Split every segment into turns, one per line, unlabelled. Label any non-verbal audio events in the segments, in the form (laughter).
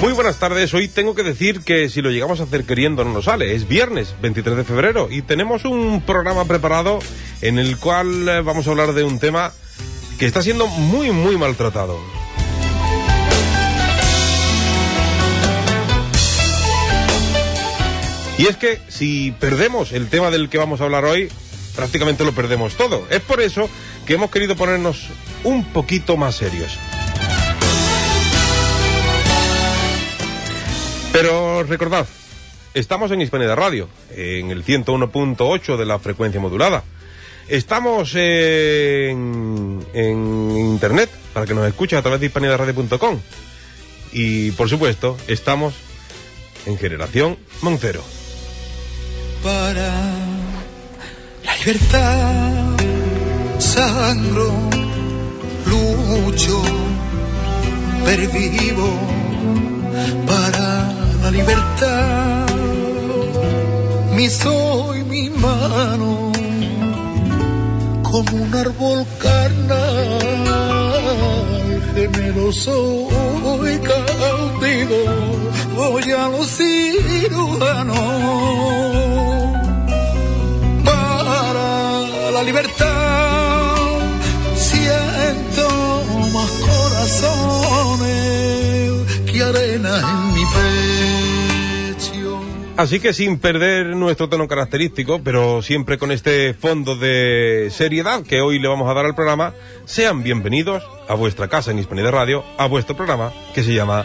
Muy buenas tardes. Hoy tengo que decir que si lo llegamos a hacer queriendo no nos sale. Es viernes 23 de febrero y tenemos un programa preparado en el cual eh, vamos a hablar de un tema que está siendo muy, muy maltratado. Y es que si perdemos el tema del que vamos a hablar hoy, prácticamente lo perdemos todo. Es por eso que hemos querido ponernos un poquito más serios. Pero recordad, estamos en Hispanidad Radio, en el 101.8 de la frecuencia modulada. Estamos en, en internet, para que nos escuches a través de hispanidadradio.com. Y por supuesto, estamos en Generación Montero.
para la libertad. Sangro, lucho, pervivo para la libertad. Mi soy, mi mano, como un árbol carnal, generoso y cautivo, voy a los cirujanos para la libertad. Siento más corazones que arena en mi pecho.
Así que sin perder nuestro tono característico, pero siempre con este fondo de seriedad que hoy le vamos a dar al programa, sean bienvenidos a vuestra casa en Hispanidad Radio, a vuestro programa que se llama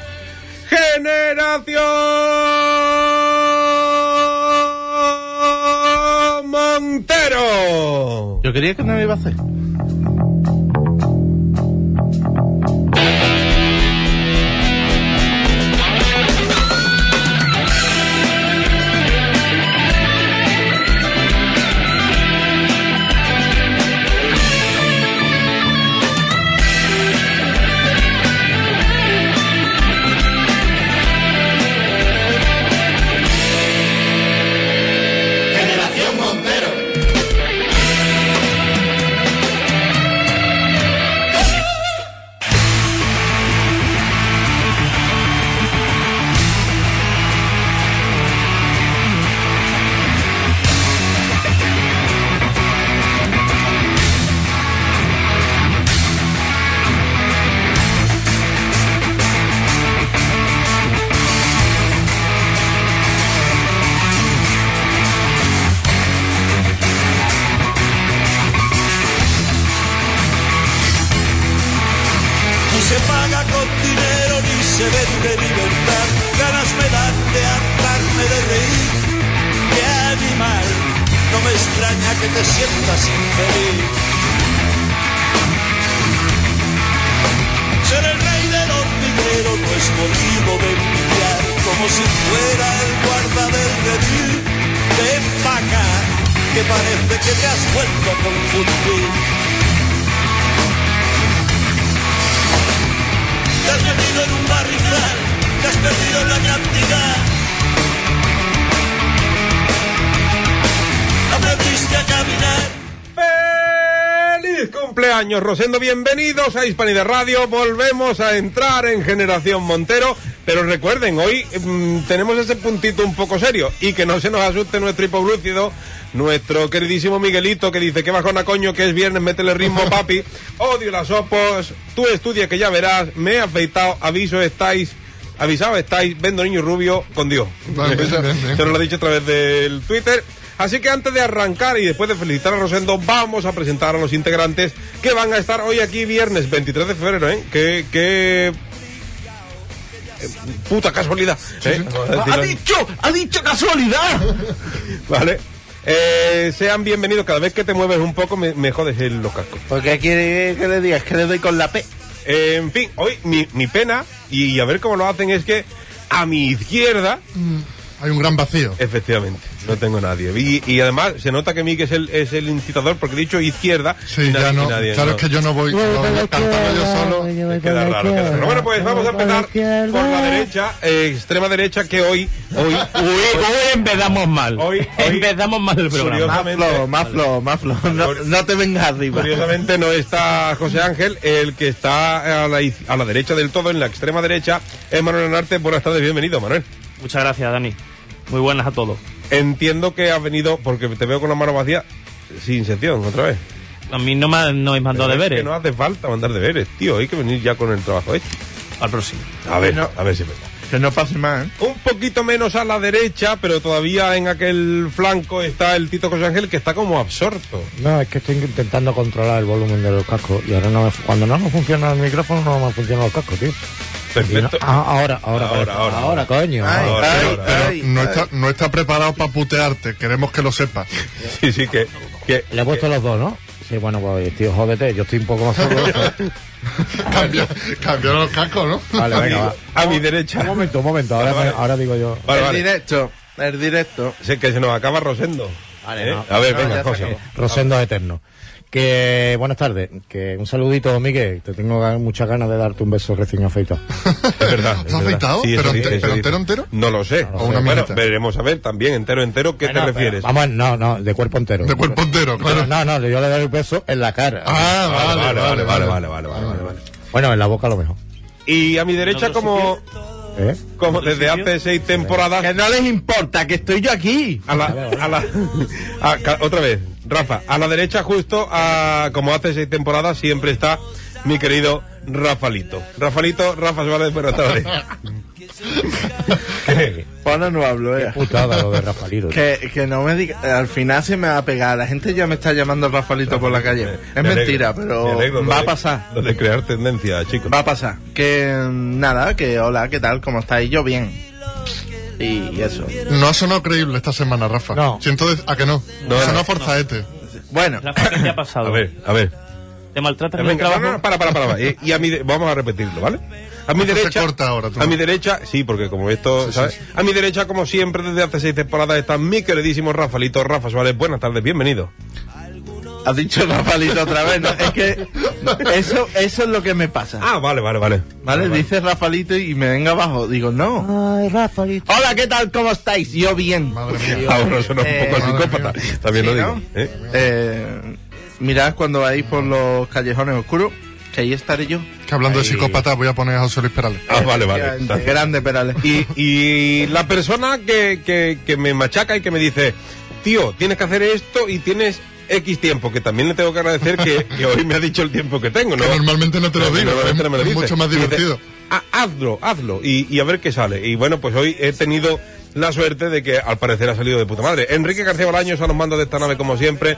Generación Montero.
Yo quería que no me iba a hacer.
Generación Montero.
No se paga con dinero ni se vende libertad. Ganas me dan de hablarme de reír, de animal. No me extraña que te sientas infeliz. Ser el rey del hormiguero no es motivo de envidiar, como si fuera el guarda del redil de paca, que parece que te has vuelto a confundir. te has metido en un barrizal, te has perdido en la cantidad. Aprendiste a caminar.
¡Feliz cumpleaños, Rosendo! Bienvenidos a Hispanidad Radio. Volvemos a entrar en Generación Montero. Pero recuerden, hoy mm, tenemos ese puntito un poco serio. Y que no se nos asuste nuestro hipoglúcido, nuestro queridísimo Miguelito, que dice que bajona coño, que es viernes, métele ritmo, papi. Odio las opos, tú estudia que ya verás. Me he afeitado, aviso, estáis. Avisado estáis, vendo niño rubio con Dios.
Vale,
(laughs)
bien, bien, bien.
Se nos lo ha dicho a través del Twitter. Así que antes de arrancar y después de felicitar a Rosendo, vamos a presentar a los integrantes que van a estar hoy aquí viernes 23 de febrero, ¿eh? Qué, qué... eh, Puta casualidad. ¿eh? Vamos a decirlo.
dicho casualidad!
(laughs) Vale. Eh, sean bienvenidos. Cada vez que te mueves un poco, me, me jodes el- los cascos.
Porque aquí eh, que le digas que le doy con la P.
Eh, en fin, hoy mi, mi pena, y a ver cómo lo hacen, es que a mi izquierda,
Hay un gran vacío.
efectivamente, no tengo nadie. Y, y además, se nota que Miguel es el, es el incitador, porque he dicho izquierda.
Sí,
y nadie-
ya no.
y nadie,
claro,
no.
es que yo no voy, no, cantando yo solo.
Me Queda raro, queda raro. Bueno, pues vamos a empezar por la derecha, eh, extrema derecha, que hoy,
(laughs)
hoy,
Uy, uy, empezamos mal.
Hoy- hoy-
empezamos mal el programa.
Curiosamente-
Maflo, Maflo, Maflo. No, no te vengas arriba.
Curiosamente no está José Ángel, el que está a la, iz- a la derecha del todo, en la extrema derecha, es Manuel Anarte. Buenas tardes, bienvenido, Manuel.
Muchas gracias, Dani. Muy buenas a todos.
Entiendo que has venido, porque te veo con la mano vacía, sin sección, otra vez.
A mí no me, no me mandado
Pero es
deberes.
Que no hace falta mandar deberes, tío, hay que venir ya con el trabajo hecho.
Al próximo.
A ver,
No.
a ver si es verdad.
Que no pase más, ¿eh?
Un poquito menos a la derecha, pero todavía en aquel flanco está el Tito José Ángel, que está como absorto.
No, es que estoy intentando controlar el volumen de los cascos y ahora no me, fu- cuando no me funciona el micrófono no me funcionan los cascos, tío. Y no-
Perfecto.
ah, ahora,
Ahora,
ahora, ahora,
ahora.
ahora, coño.
Ay,
Ahora,
ahora.
ay,
ahora,
ay,
ahora.
ay.
No está, no está preparado para putearte, queremos que
(laughs)
lo sepas.
Sí, sí, que... que
Le he puesto los dos, ¿no? Sí, bueno, pues tío, jódete, yo estoy un poco
(laughs)
más solo.
Cambia- Cambiaron los cascos, ¿no?
vale,
a, mi,
venga, va.
a mi derecha.
Un momento, un momento, ahora,
Vale,
Ah, me-
vale.
ahora digo yo.
Vale,
el
vale.
directo, el directo.
Sé que se nos acaba Rosendo.
Vale,
¿Eh?
no.
A ver,
No,
venga,
ya se
José.
acabó.
Rosendo Eterno. Que buenas tardes, que un saludito, Miguel. Te tengo ga- muchas ganas de darte un beso recién afeitado.
Es verdad. es
¿Lo
verdad.
has
eso
afeitado? ¿Pero
dice,
ente-
eso
pero
dice.
entero, entero?
No lo sé.
lo sé. Una
bueno,
minita.
veremos a ver también, entero, entero, ¿qué
Bueno,
te
pero
refieres?
Vamos, no, no, de cuerpo entero.
De cuerpo entero,
Bueno,
claro.
no, no, yo le doy un beso en la cara.
Ah, vale, vale, vale.
vale, vale, vale, vale, vale.
Bueno, en la boca a lo mejor.
Y a mi derecha, como,
¿Eh?
como desde hace seis
Que
temporadas,
no les importa, que estoy yo aquí.
a la, a la, a ca- otra vez, Rafa, a la derecha justo, a, como hace seis temporadas, siempre está mi querido Rafalito. Rafalito, Rafa Suárez, buenas (laughs) tardes.
Ahora no hablo, eh.
Putada lo de Rafaelito.
Que, que no me diga, al final se me va a pegar. La gente ya me está llamando Rafaelito por la calle. Es
Me alegro,
mentira,
me
pero
alegro, lo
va a
de-
pasar.
Lo de crear tendencia, chicos.
Va a pasar. Que mm, nada, que hola, ¿qué tal? ¿Cómo estáis? Yo bien. Y eso.
No ha sonado creíble esta semana, Rafa.
No.
Siento de- a que no.
No,
ha
no.
sonado forzaete.
Bueno,
Rafa, ¿qué te ha pasado?
A ver, a ver.
¿Te maltratas en el
Eh, Venga,
trabajo?
no, no, para, para, para. para. Eh, Y a mi de- vamos a repetirlo, ¿vale? A mi
Esto se
derecha.
corta ahora, tú.
A mi derecha, sí, porque como esto, ¿sabes? A mi derecha, como siempre, desde hace seis temporadas, está mi queridísimo Rafaelito Rafa Suárez. Buenas tardes, bienvenido.
ha dicho Rafaelito otra vez. ¿no? Es que eso, eso es lo que me pasa.
Ah, vale, vale, vale.
¿Vale? Dice Rafaelito y me venga abajo. Digo, no.
Ay, Rafaelito.
Hola, ¿qué tal? ¿Cómo estáis? Yo bien.
Madre mía.
Ahora Ah, suena un
Eh,
poco
madre
psicópata. También lo
Sí,
digo.
¿no?
¿eh?
Eh, mirad cuando vais por los callejones oscuros, que ahí estaré yo.
Que hablando de psicópatas voy a poner a José Luis Perales.
Ah, vale, vale.
Efectivamente, Grande Perales. Y
Y la persona que, que, que me machaca y que me dice, tío, tienes que hacer esto y tienes X tiempo, que también le tengo que agradecer que, que hoy me ha dicho el tiempo que tengo, ¿no?
Que normalmente no te lo digo,
normalmente
es-
no me lo
es
dice.
mucho más
Y dice,
divertido.
"Ah, hazlo, hazlo y, y a ver qué sale. Y bueno, pues hoy he tenido la suerte de que al parecer ha salido de puta madre. Enrique García Bolaños a los mandos de esta nave como siempre.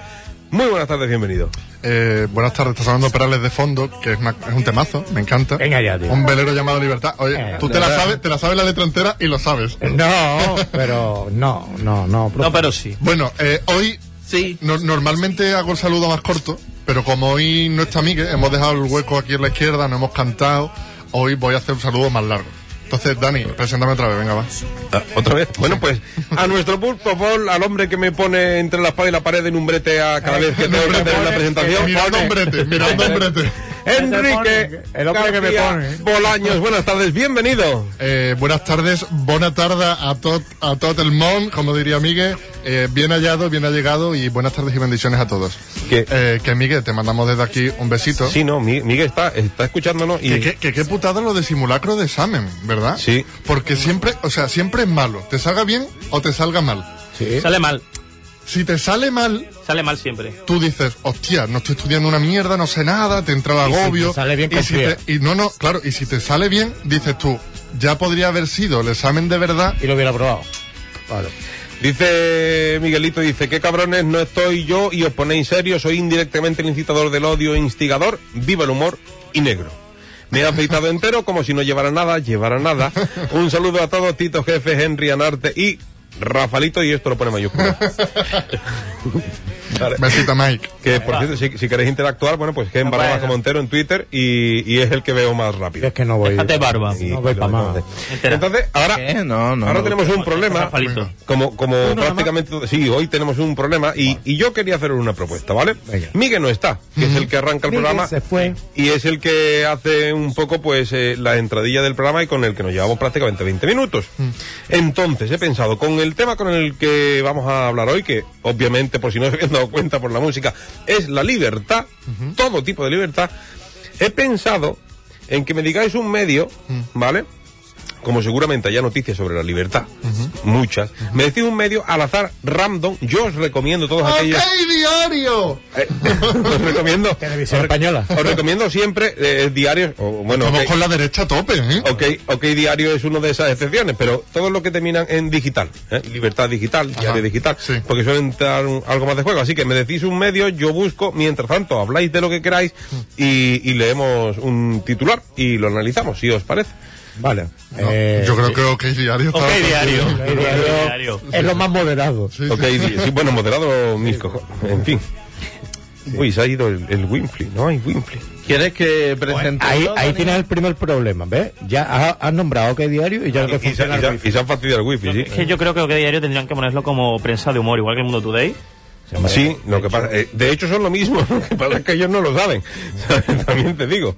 Muy buenas tardes, bienvenido.
Eh, buenas tardes, está sonando Perales de fondo, que es, una- es un temazo, me encanta.
Venga ya, tío.
Un velero llamado Libertad. Oye, tú te la
Eh.
sabes, te la sabes la letra entera y lo sabes.
Eh. No, pero no, no, no. profe.
No, pero sí.
Bueno, eh, hoy
sí,
no- normalmente hago el saludo más corto, pero como hoy no está Miguel, hemos dejado el hueco aquí en la izquierda, no hemos cantado, hoy voy a hacer un saludo más largo. Entonces, Dani, preséntame otra vez, venga, va.
Ah, ¿Otra vez? Bueno, pues a nuestro pulpo Paul, al hombre que me pone entre la espada y la pared en un brete a cada vez que tengo que hacer una presentación.
Mirando un brete, mirando un brete.
(laughs) Enrique,
El hombre que me
García
pone.
Bolaños, buenas tardes, bienvenido.
Eh, buenas tardes, buena tarde a tot, a tot el món, como diría Miguel. Eh, bien hallado, bien allegado y buenas tardes y bendiciones a todos.
Que-
Eh, que Miguel, te mandamos desde aquí un besito.
Sí, no, Mi- Miguel está, está escuchándonos y...
Que, que- que qué putada lo de simulacro de examen, ¿verdad?
Sí.
Porque siempre, o sea, siempre es malo. Te salga bien o te salga mal.
Sí.
Sale mal.
Si te sale mal,
Sale mal siempre.
tú dices, hostia, no estoy estudiando una mierda, no sé nada, te entra el
Y si te
agobio.
sale bien,
y, si
confía.
te- y no, no, claro, y si te sale bien, dices tú, ya podría haber sido el examen de verdad
Y lo hubiera probado. Vale.
Dice Miguelito, dice, qué cabrones, no estoy yo y os ponéis serios, soy indirectamente el incitador del odio, e instigador, viva el humor y negro. Me he afeitado entero como si no llevara nada, llevara nada. Un saludo a todos, Tito Jefe, Henry Anarte y Rafalito y esto lo pone mayúscula. Vale.
Besito, Mike.
Que por cierto, si, si queréis interactuar, bueno, pues que en barra baja Montero en Twitter y, y es el que veo más rápido.
Es que no voy.
Déjate barba.
No voy para más.
Entera.
Entonces, ahora,
¿Qué? No, no,
ahora
no.
tenemos un problema.
Rafalito.
Como, como prácticamente. Sí, hoy tenemos un problema y, y yo quería hacer una propuesta, ¿vale?
Venga.
Miguel no está, que es el que arranca el
Miguel
programa.
se fue.
Y es el que hace un poco, pues, eh, la entradilla del programa y con el que nos llevamos prácticamente 20 minutos. Entonces, he pensado, con el tema con el que vamos a hablar hoy, que obviamente, por si no se habían dado cuenta por la música, es la libertad, todo tipo de libertad, he pensado en que me digáis un medio, ¿vale? como seguramente haya noticias sobre la libertad, muchas, me decís un medio al azar random, yo os recomiendo todos aquellos...
¡Ok, diario!
Eh, os recomiendo... os
Televisión
re-
española.
Os recomiendo siempre eh, diarios, o, bueno,
Vamos
ok,
con la derecha a tope, ¿eh?
ok, ok, diario es una de esas excepciones, pero todos los que terminan en digital, ¿eh? libertad digital, diario digital,
sí.
porque suelen entrar un- algo más de juego, así que me decís un medio, yo busco, mientras tanto habláis de lo que queráis y, y leemos un titular y lo analizamos, si os parece.
Vale.
No,
Eh,
yo creo que OK Diario está
Ok,
bastante
diario.
bien.
el diario Es lo más moderado.
Sí, sí.
Ok, sí, sí, bueno, moderado mis cojones. En fin. Uy, se ha ido el, el Winfrey, no hay Winfrey.
¿Quieres que presente?
Ahí, ahí tienes el primer problema, ¿ves? Ya has, has nombrado que diario y ya
Ah, Y, se,
que funciona
y
el
se-
wifi.
y se han fastidiado el wifi,
Es que
sí.
yo creo que OK Diario tendrían que ponerlo como prensa de humor, igual que el Mundo Today.
Sí, lo que pasa, eh, de hecho son lo mismo, (laughs) lo que pasa es que ellos no lo saben. (laughs) También te digo.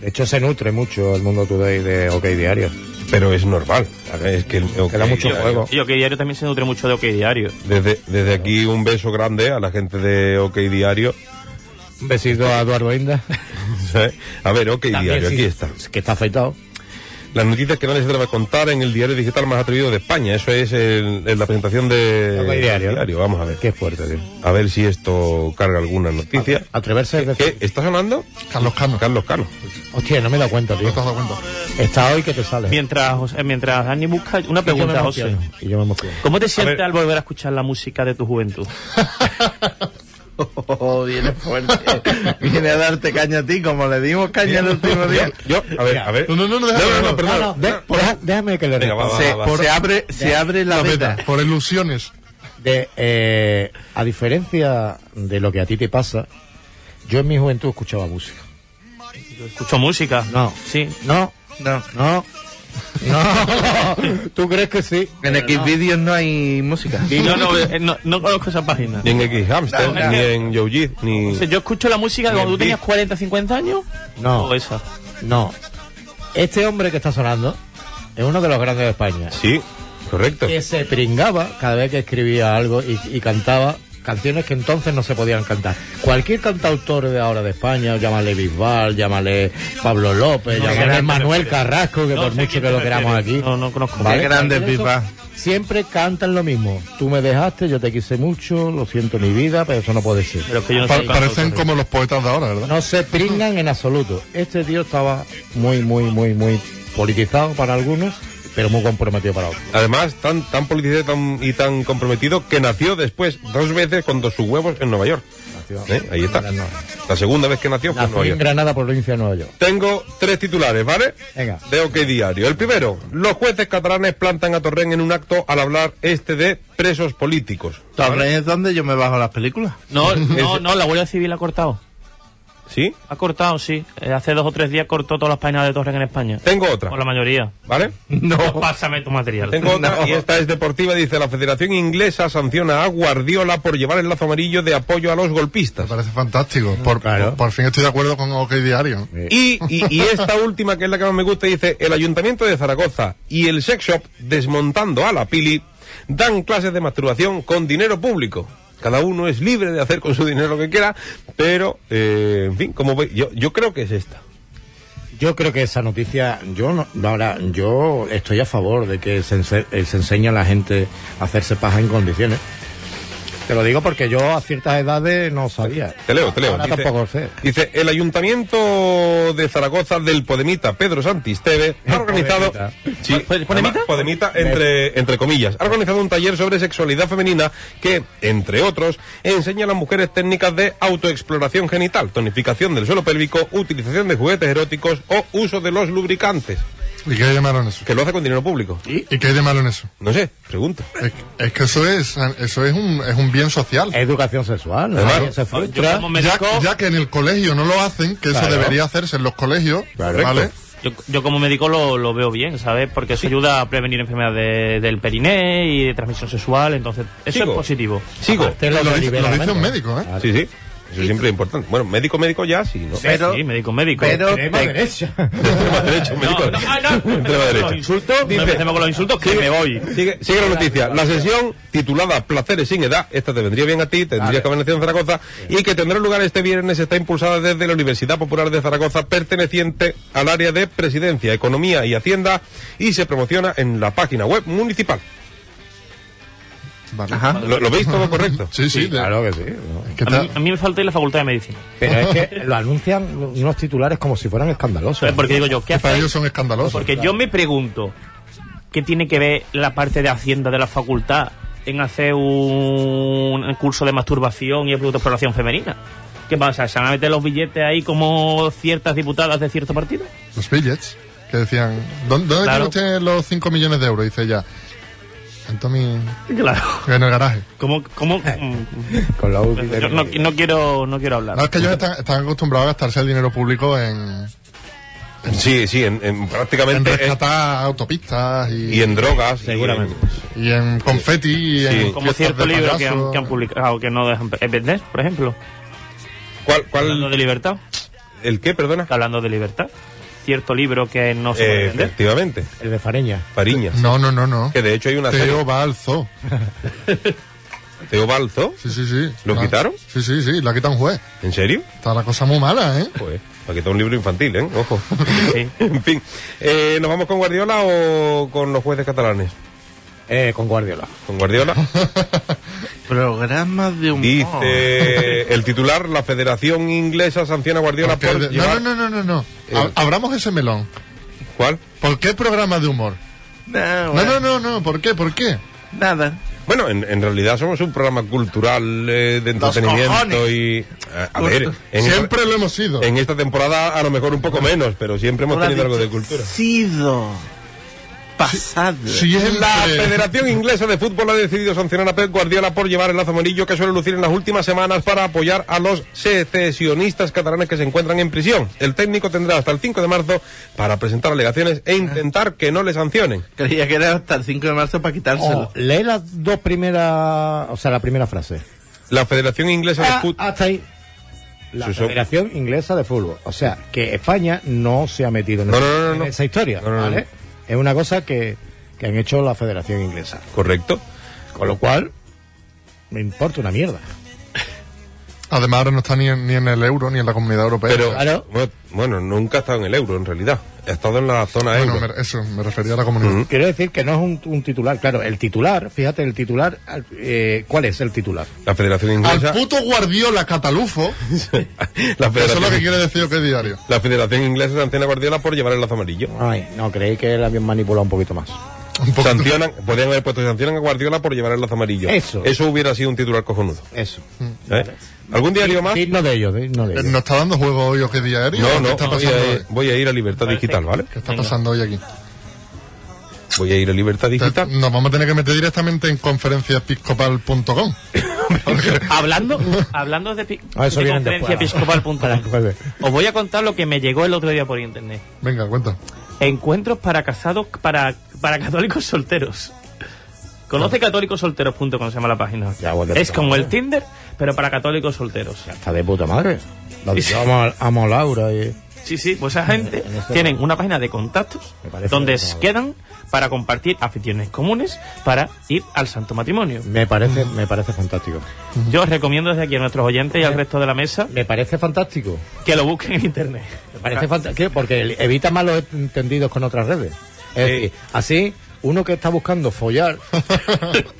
De hecho, se nutre mucho el mundo today de OK Diario.
Pero es normal. Es que
Que da mucho
Oh.
juego.
Y OK Diario también se nutre mucho de OK Diario.
Desde, desde aquí un beso grande a la gente de OK Diario. (laughs)
Un besito a Eduardo Inda.
¿sabes? A ver, OK Diario, aquí está.
Que está afeitado.
Las noticias que nadie se atreve a contar en el diario digital más atrevido de España. Eso es el- en la presentación de
OK Diario.
Vamos a ver.
Qué fuerte, tío.
A ver si esto carga alguna noticia.
Atreverse a
¿Qué?
decir.
¿Está sonando?
Carlos Cano.
Carlos Cano.
Hostia, no me he dado cuenta, tío.
¿No te has dado cuenta?
Está hoy que te sale.
Mientras, José- mientras Dani busca, una
Y yo me
pregunta, José.
emociono. Y yo me emociono.
¿Cómo te sientes
ver.
al volver a escuchar la música de tu juventud?
(laughs) Oh, viene fuerte. viene a darte caña a ti, como le dimos caña el último día.
Yo, a ver, a ver.
No, no, no,
no,
déjalo,
no,
déjalo.
perdón.
No, no, de- deja- déjame que le
Venga, va, va,
responda.
Se,
va, va.
se abre, se abre la
La
veta.
beta, por ilusiones.
De, eh, a diferencia de lo que a ti te pasa, yo en mi juventud escuchaba música.
Escucho música.
No.
Sí.
No,
No.
no, no. ¿Tú crees que sí?
En Xvideos no hay música.
Yo no, (laughs) eh, no, no conozco esa página.
Ni en X Hamster,
No, no,
ni
no.
en Youjid, ni.
O sea, yo escucho la música de cuando tú tenías 40, 50 años.
No,
O esa.
no. Este hombre que está sonando es uno de los grandes de España.
Sí, correcto.
Que se pringaba cada vez que escribía algo y, y cantaba canciones que entonces no se podían cantar. Cualquier cantautor de ahora de España, llámale Bisbal, llámale Pablo López,
No sé a quién
llámale
te
Manuel
refieres.
Carrasco, que
No
por
sé a
mucho
quién
que
te
lo queramos
refieres.
aquí.
No, no conozco.
Qué grande, Bisbal.
Siempre cantan lo mismo. Tú me dejaste, yo te quise mucho, lo siento mi vida, pero eso no puede ser.
Pero es que yo no
Pa-
soy
parecen
cantautor.
como los poetas de ahora, ¿verdad?
No se pringan en absoluto. Este tío estaba muy, muy, muy, muy politizado para algunos, pero muy comprometido para otros.
Además, tan, tan politizado tan- y tan comprometido que nació después dos veces con dos sus huevos en Nueva York. ¿Eh? Ahí está. La segunda vez que nació fue en
Nació
Nueva
en
York.
Granada, provincia de Nueva York.
Tengo tres titulares, ¿vale?
Venga.
De OK Diario. El primero, los jueces catalanes plantan a Torrent en un acto al hablar este de presos políticos.
Torres es donde yo me bajo las películas.
No, no, no, la Guardia Civil ha cortado.
¿Sí?
Ha cortado, sí. Eh, Hace dos o tres días cortó todas las páginas de Torres en España.
Tengo otra,
O la mayoría.
¿vale?
(laughs) No.
Pásame tu material.
Tengo (laughs) otra,
No.
y esta es deportiva, dice la Federación Inglesa sanciona a Guardiola por llevar el lazo amarillo de apoyo a los golpistas.
Me parece fantástico. Por, por, por fin estoy de acuerdo con OK Diario.
Y, y- y esta última, que es la que más me gusta, dice, el Ayuntamiento de Zaragoza y el Sex Shop, desmontando a la Pili, dan clases de masturbación con dinero público. Cada uno es libre de hacer con su dinero lo que quiera, pero, eh, en fin, como ve- yo, yo creo que es esta.
Yo creo que esa noticia, yo no, no, ahora, yo estoy a favor de que se, ense- eh, se enseñe a la gente a hacerse paja en condiciones. Te lo digo porque yo a ciertas edades no sabía.
Te leo, te leo.
Ahora tampoco sé.
dice, el Ayuntamiento de Zaragoza del Podemita, Pedro Santisteve, ha organizado...
Podemita.
Sí,
¿Pod- Podemita?
además, Podemita, entre, entre comillas. Ha organizado un taller sobre sexualidad femenina que, entre otros, enseña a las mujeres técnicas de autoexploración genital, tonificación del suelo pélvico, utilización de juguetes eróticos o uso de los lubricantes.
¿Y qué hay de malo en eso?
Que lo hace con dinero público.
¿Y qué hay de malo en eso?
No sé, pregunta.
Es, es que eso es, eso es un, es un bien social.
Educación sexual. ¿no?
Claro.
Se
Yo
frustra.
como
Ya,
médico,
ya que en el colegio no lo hacen, que eso
Claro.
debería hacerse en los colegios,
Claro.
¿vale?
yo, yo como médico lo, lo veo bien, ¿sabes? Porque eso ayuda a prevenir enfermedades de- del periné y de transmisión sexual, entonces eso
Sigo.
es positivo.
Sigo.
Aparte
Lo dice-
libera
lo dice
mente.
un médico, ¿eh?
Claro.
Sí, sí. Eso siempre es importante. Bueno, médico, médico ya, sí, ¿no?
Pero-
sí, médico, médico.
pero-
Extrema
¿eh?".
derecha.
Extrema
(laughs)
(laughs)
derecha,
No,
médico.
no, ah, no,
Extrema derecha.
Los insultos, no
Dice-
empecemos con los insultos, que me voy.
Sigue, sigue la noticia. La sesión titulada Placeres sin edad, esta te vendría bien a ti, tendrías que haber nacido en Zaragoza, y que tendrá lugar este viernes está impulsada desde la Universidad Popular de Zaragoza, perteneciente al área de Presidencia, Economía y Hacienda, y se promociona en la página web municipal.
Vale.
Ajá.
¿Lo, lo veis todo correcto?
Sí, sí.
Sí, (laughs)
de-
claro que sí. ¿no?
es que
A mí,
está-
a mí me falta ir a la facultad de medicina.
Pero es que lo anuncian unos titulares como si fueran escandalosos.
¿Sabes? Porque digo yo, ¿qué
que para
hacéis?
ellos son escandalosos.
Porque yo me pregunto, ¿qué tiene que ver la parte de Hacienda de la facultad en hacer un curso de masturbación y de exploración femenina? ¿Qué pasa? ¿Se van a meter los billetes ahí como ciertas diputadas de cierto partido?
Los billets que decían, ¿dónde, dónde
Claro.
tiene usted los 5 millones de euros? Dice ella, en Tommy,
Claro.
en el garaje.
¿Cómo?
(laughs)
cómo mm,
Con la UCI de-
yo no, no quiero, no quiero hablar.
No, es que ellos están, están acostumbrados a gastarse el dinero público en,
Sí, sí, en, en
en
prácticamente... es-
rescatar autopistas y,
Pues eh, y en drogas. y en-
Seguramente.
y en confeti y en
Como
fiestas
cierto
de
libro que han,
payaso.
que han publicado que no dejan eh, vender, por ejemplo.
¿Cuál,
Hablando
cuál,
de libertad.
¿El qué, perdona?
Hablando de libertad. Cierto libro que no se
Eh,
puede
(laughs)
vender.
efectivamente,
El de Fareña.
Fariñas.
No, no, no, no.
Que de hecho hay una serie,
Teo va al zoo.
Teo Balzo.
Sí, sí, sí.
¿Lo
La-
quitaron?
Sí, sí, sí, la quitan juez.
¿En serio?
Está la cosa muy mala, ¿eh?
Pues, aquí está un libro infantil, ¿eh? Ojo.
Sí.
(laughs) en fin, eh, ¿nos vamos con Guardiola o con los jueces catalanes?
Eh, con Guardiola.
Con Guardiola.
Programas de humor.
Dice el titular, la Federación Inglesa sanciona a Guardiola
Porque
por
de-
llevar...
No, no, no, no, no. no.
Eh.
Ab- Abramos ese melón.
¿Cuál?
¿Por qué programa de humor?
Nah,
No,
bueno,
no, no, no. ¿Por qué? ¿Por qué?
Nada.
Bueno, en, en realidad somos un programa cultural eh, de
Los
entretenimiento
cojones.
y... A, a ver, en,
Siempre lo hemos sido.
en esta temporada a lo mejor un poco menos, pero siempre hemos
Tú lo has
tenido algo de
dicho.
cultura.
Sido. Pasado.
Siempre.
La Federación Inglesa de Fútbol ha decidido sancionar a Pep Guardiola por llevar el lazo amarillo que suele lucir en las últimas semanas para apoyar a los secesionistas catalanes que se encuentran en prisión. El técnico tendrá hasta el 5 de marzo para presentar alegaciones e intentar que no le sancionen.
Creía que era hasta el 5 de marzo para quitárselo.
Oh, lee las dos primeras. O sea, la primera frase.
La Federación Inglesa de
Ah,
Fútbol...
hasta ahí. La
Eso-
Federación Inglesa de Fútbol. O sea, que España no se ha metido en,
No,
esa-
no, no, no,
en
no.
esa historia.
No, no, no,
¿vale?
no.
Es una cosa que, que han hecho la Federación Inglesa.
Correcto.
Con lo cual, me importa una mierda.
Además, ahora no está ni en, ni en el euro ni en la comunidad europea.
Pero,
Claro.
bueno, bueno, nunca ha estado en el euro en realidad. Ha estado en la zona
Bueno,
euro.
me- eso, me refería a la comunidad.
Quiero decir que no es un, un titular. Claro, el titular, fíjate, el titular. eh, ¿Cuál es el titular?
La Federación Inglesa...
Al puto Guardiola Catalufo.
(laughs) la,
Eso es lo que
Federación...
quiere decir que diario.
la Federación Inglesa sanciona a Guardiola por llevar el lazo amarillo.
Ay, no, creí que la habían manipulado un poquito más.
Un poco-
Sancionan, podrían haber puesto sancionan a Guardiola por llevar el lazo amarillo.
Eso.
Eso hubiera sido un titular cojonudo.
Eso.
¿eh? ¿Algún diario más?
Digno de ellos, digno de
Eh,
ellos.
¿No está dando juego hoy o qué diario?
No,
¿Qué
no,
está
voy
pasando
a,
hoy?
voy a ir a Libertad Digital, ¿vale?
¿Qué está pasando hoy aquí?
Voy a ir a Libertad
Te-
Digital.
Nos vamos a tener que meter directamente en conferenciaepiscopal.com.
Hablando, hablando de, pi-
Ah, eso
de
vienen
conferencia
después.
episcopal punto
(laughs) Para el
net,
jueves.
Os voy a contar lo que me llegó el otro día por internet.
Venga, cuenta.
Encuentros para casados, para, para católicos solteros. Conoce católicosolteros.com, se llama la página.
Ya, bueno,
es
pero-
como el Tinder, pero para católicos solteros.
Está de puta madre. Lo dice, amo, a- amo a Laura y...
Sí, sí, pues esa gente
en este-
tienen una página de contactos
Me parece
donde
que
se
no.
quedan para compartir aficiones comunes para ir al santo matrimonio.
Me parece, me parece fantástico.
Yo os recomiendo desde aquí a nuestros oyentes y al resto de la mesa
Me parece fantástico.
que lo busquen en internet.
Me parece fantástico porque evita malos entendidos con otras redes. Es decir, así uno que está buscando follar.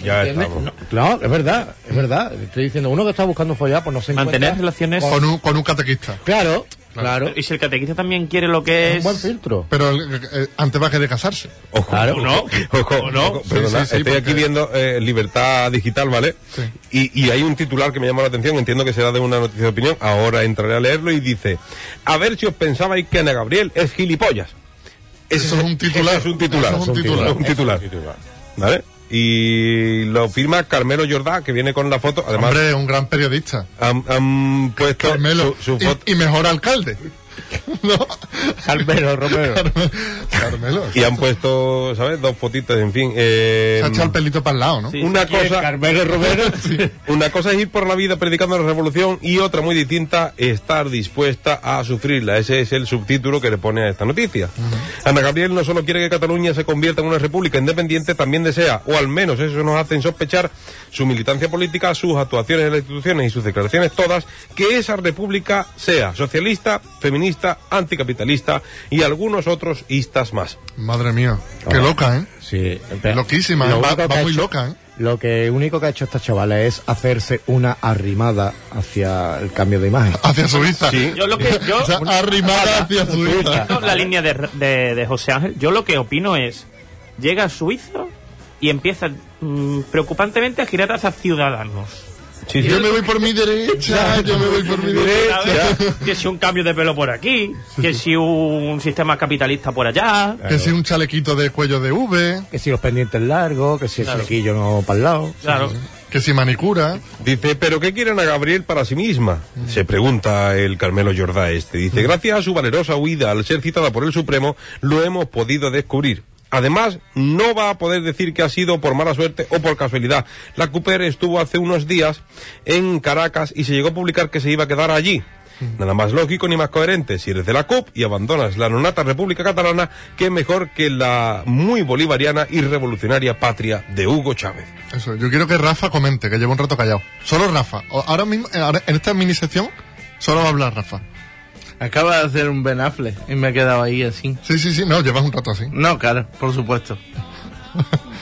Ya
¿entiendes?
estamos.
No, claro, es verdad, es verdad. Estoy diciendo, uno que está buscando follar, pues no se encuentra.
Mantener relaciones
Con un, con un catequista.
Claro, claro.
Y si el catequista también quiere lo que
Es un
es.
buen filtro.
Pero el- eh, antes va que de casarse.
Ojo,
Claro.
¿O no?
ojo,
¿O no?
ojo, perdona,
Sí, sí, sí,
estoy
porque-
aquí viendo eh, Libertad Digital, ¿vale?
Sí.
Y, y hay un titular que me llama la atención, entiendo que será de una noticia de opinión, ahora entraré a leerlo y dice, a ver si os pensabais que Ana Gabriel es gilipollas. Ese
Eso es un titular.
ese es un titular.
Eso es un titular.
Es un titular. ¿Vale? Y lo firma Carmelo Jordá, que viene con la foto. Además,
Hombre, es un gran periodista.
han, han puesto
Carmelo.
su, su
Y-
foto.
y, mejor alcalde. (laughs) ¿No?
Carmelo (laughs) Romero.
Carmelo. Carmelo.
Y han puesto, ¿sabes? Dos fotitas, en fin. eh,
Se ha echado el pelito para el lado, ¿no?
Sí.
una
¿Quién?
cosa.
Carmelo (laughs) Romero.
Una cosa es ir por la vida predicando la revolución y otra muy distinta, estar dispuesta a sufrirla. Ese es el subtítulo que le pone a esta noticia. Ana Gabriel no solo quiere que Cataluña se convierta en una república independiente, también desea, o al menos eso nos hace sospechar, su militancia política, sus actuaciones en las instituciones y sus declaraciones todas, que esa república sea socialista, feminista, anticapitalista y algunos otros istas más.
Madre mía. Qué
Ah.
loca, ¿eh?
Sí, pero-
Loquísima,
lo
¿eh? Va-
único que
va
ha
muy
hecho-
loca, ¿eh?
Lo que único que ha hecho esta chavala es hacerse una arrimada hacia el cambio de imagen.
Hacia Suiza.
Sí.
Yo lo que. Yo,
O sea, arrimada hacia Suiza.
No, la línea de, de- de José Ángel, yo lo que opino es, llega a Suizo y empieza mm, preocupantemente a girar hacia Ciudadanos.
Yo me voy por mi derecha, yo me voy por mi
A
derecha.
ver, Que si un cambio de pelo por aquí, que si un sistema capitalista por allá.
Que si un chalequito de cuello de V,
Que si los pendientes largos, que si el
Claro.
chiquillo no para el lado.
Claro.
que si manicura.
Dice, ¿pero qué quieren a Gabriel para sí misma? Se pregunta el Carmelo Jordá este. Dice, gracias a su valerosa huida al ser citada por el Supremo, lo hemos podido descubrir. Además, no va a poder decir que ha sido por mala suerte o por casualidad. La Cooper estuvo hace unos días en Caracas y se llegó a publicar que se iba a quedar allí. Nada más lógico ni más coherente. Si eres de la CUP y abandonas la nonata República Catalana, qué mejor que la muy bolivariana y revolucionaria patria de Hugo Chávez.
Eso, yo quiero que Rafa comente, que llevo un rato callado. Solo Rafa. O- Ahora mismo, eh, ahora- en esta mini sección, solo va a hablar Rafa.
Acaba de hacer un benafle y me he quedado ahí así.
Sí, sí, sí, no, llevas un rato así.
No, claro, por supuesto.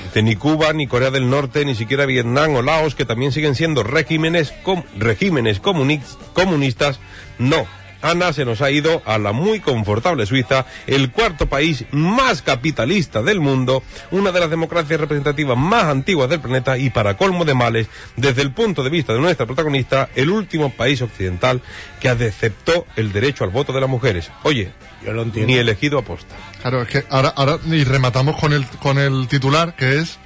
Dice, ni Cuba, ni Corea del Norte, ni siquiera Vietnam o Laos, que también siguen siendo regímenes, com- regímenes comuni- comunistas, no. Ana se nos ha ido a la muy confortable Suiza, el cuarto país más capitalista del mundo, una de las democracias representativas más antiguas del planeta y para colmo de males, desde el punto de vista de nuestra protagonista, el último país occidental que aceptó el derecho al voto de las mujeres. Oye,
Yo lo entiendo.
ni elegido aposta.
Claro, es que ahora, ahora, y rematamos con el, con el titular, que es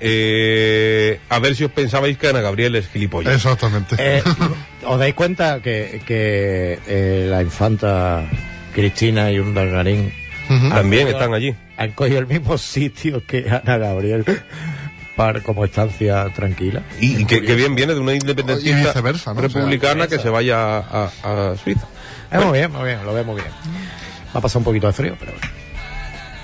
Eh, a ver si os pensabais que Ana Gabriel es gilipollas.
exactamente.
Eh, ¿Os dais cuenta que, que, eh, la infanta Cristina y un dangarín
También están allí.
han cogido el mismo sitio que Ana Gabriel para, como estancia tranquila?
Y, y que, que bien viene de una independentista
Y viceversa, ¿no?
republicana
O sea,
que se vaya a, a- a Suiza.
Eh, muy bien, muy bien, lo veo muy bien. Va a pasar un poquito de frío, pero bueno.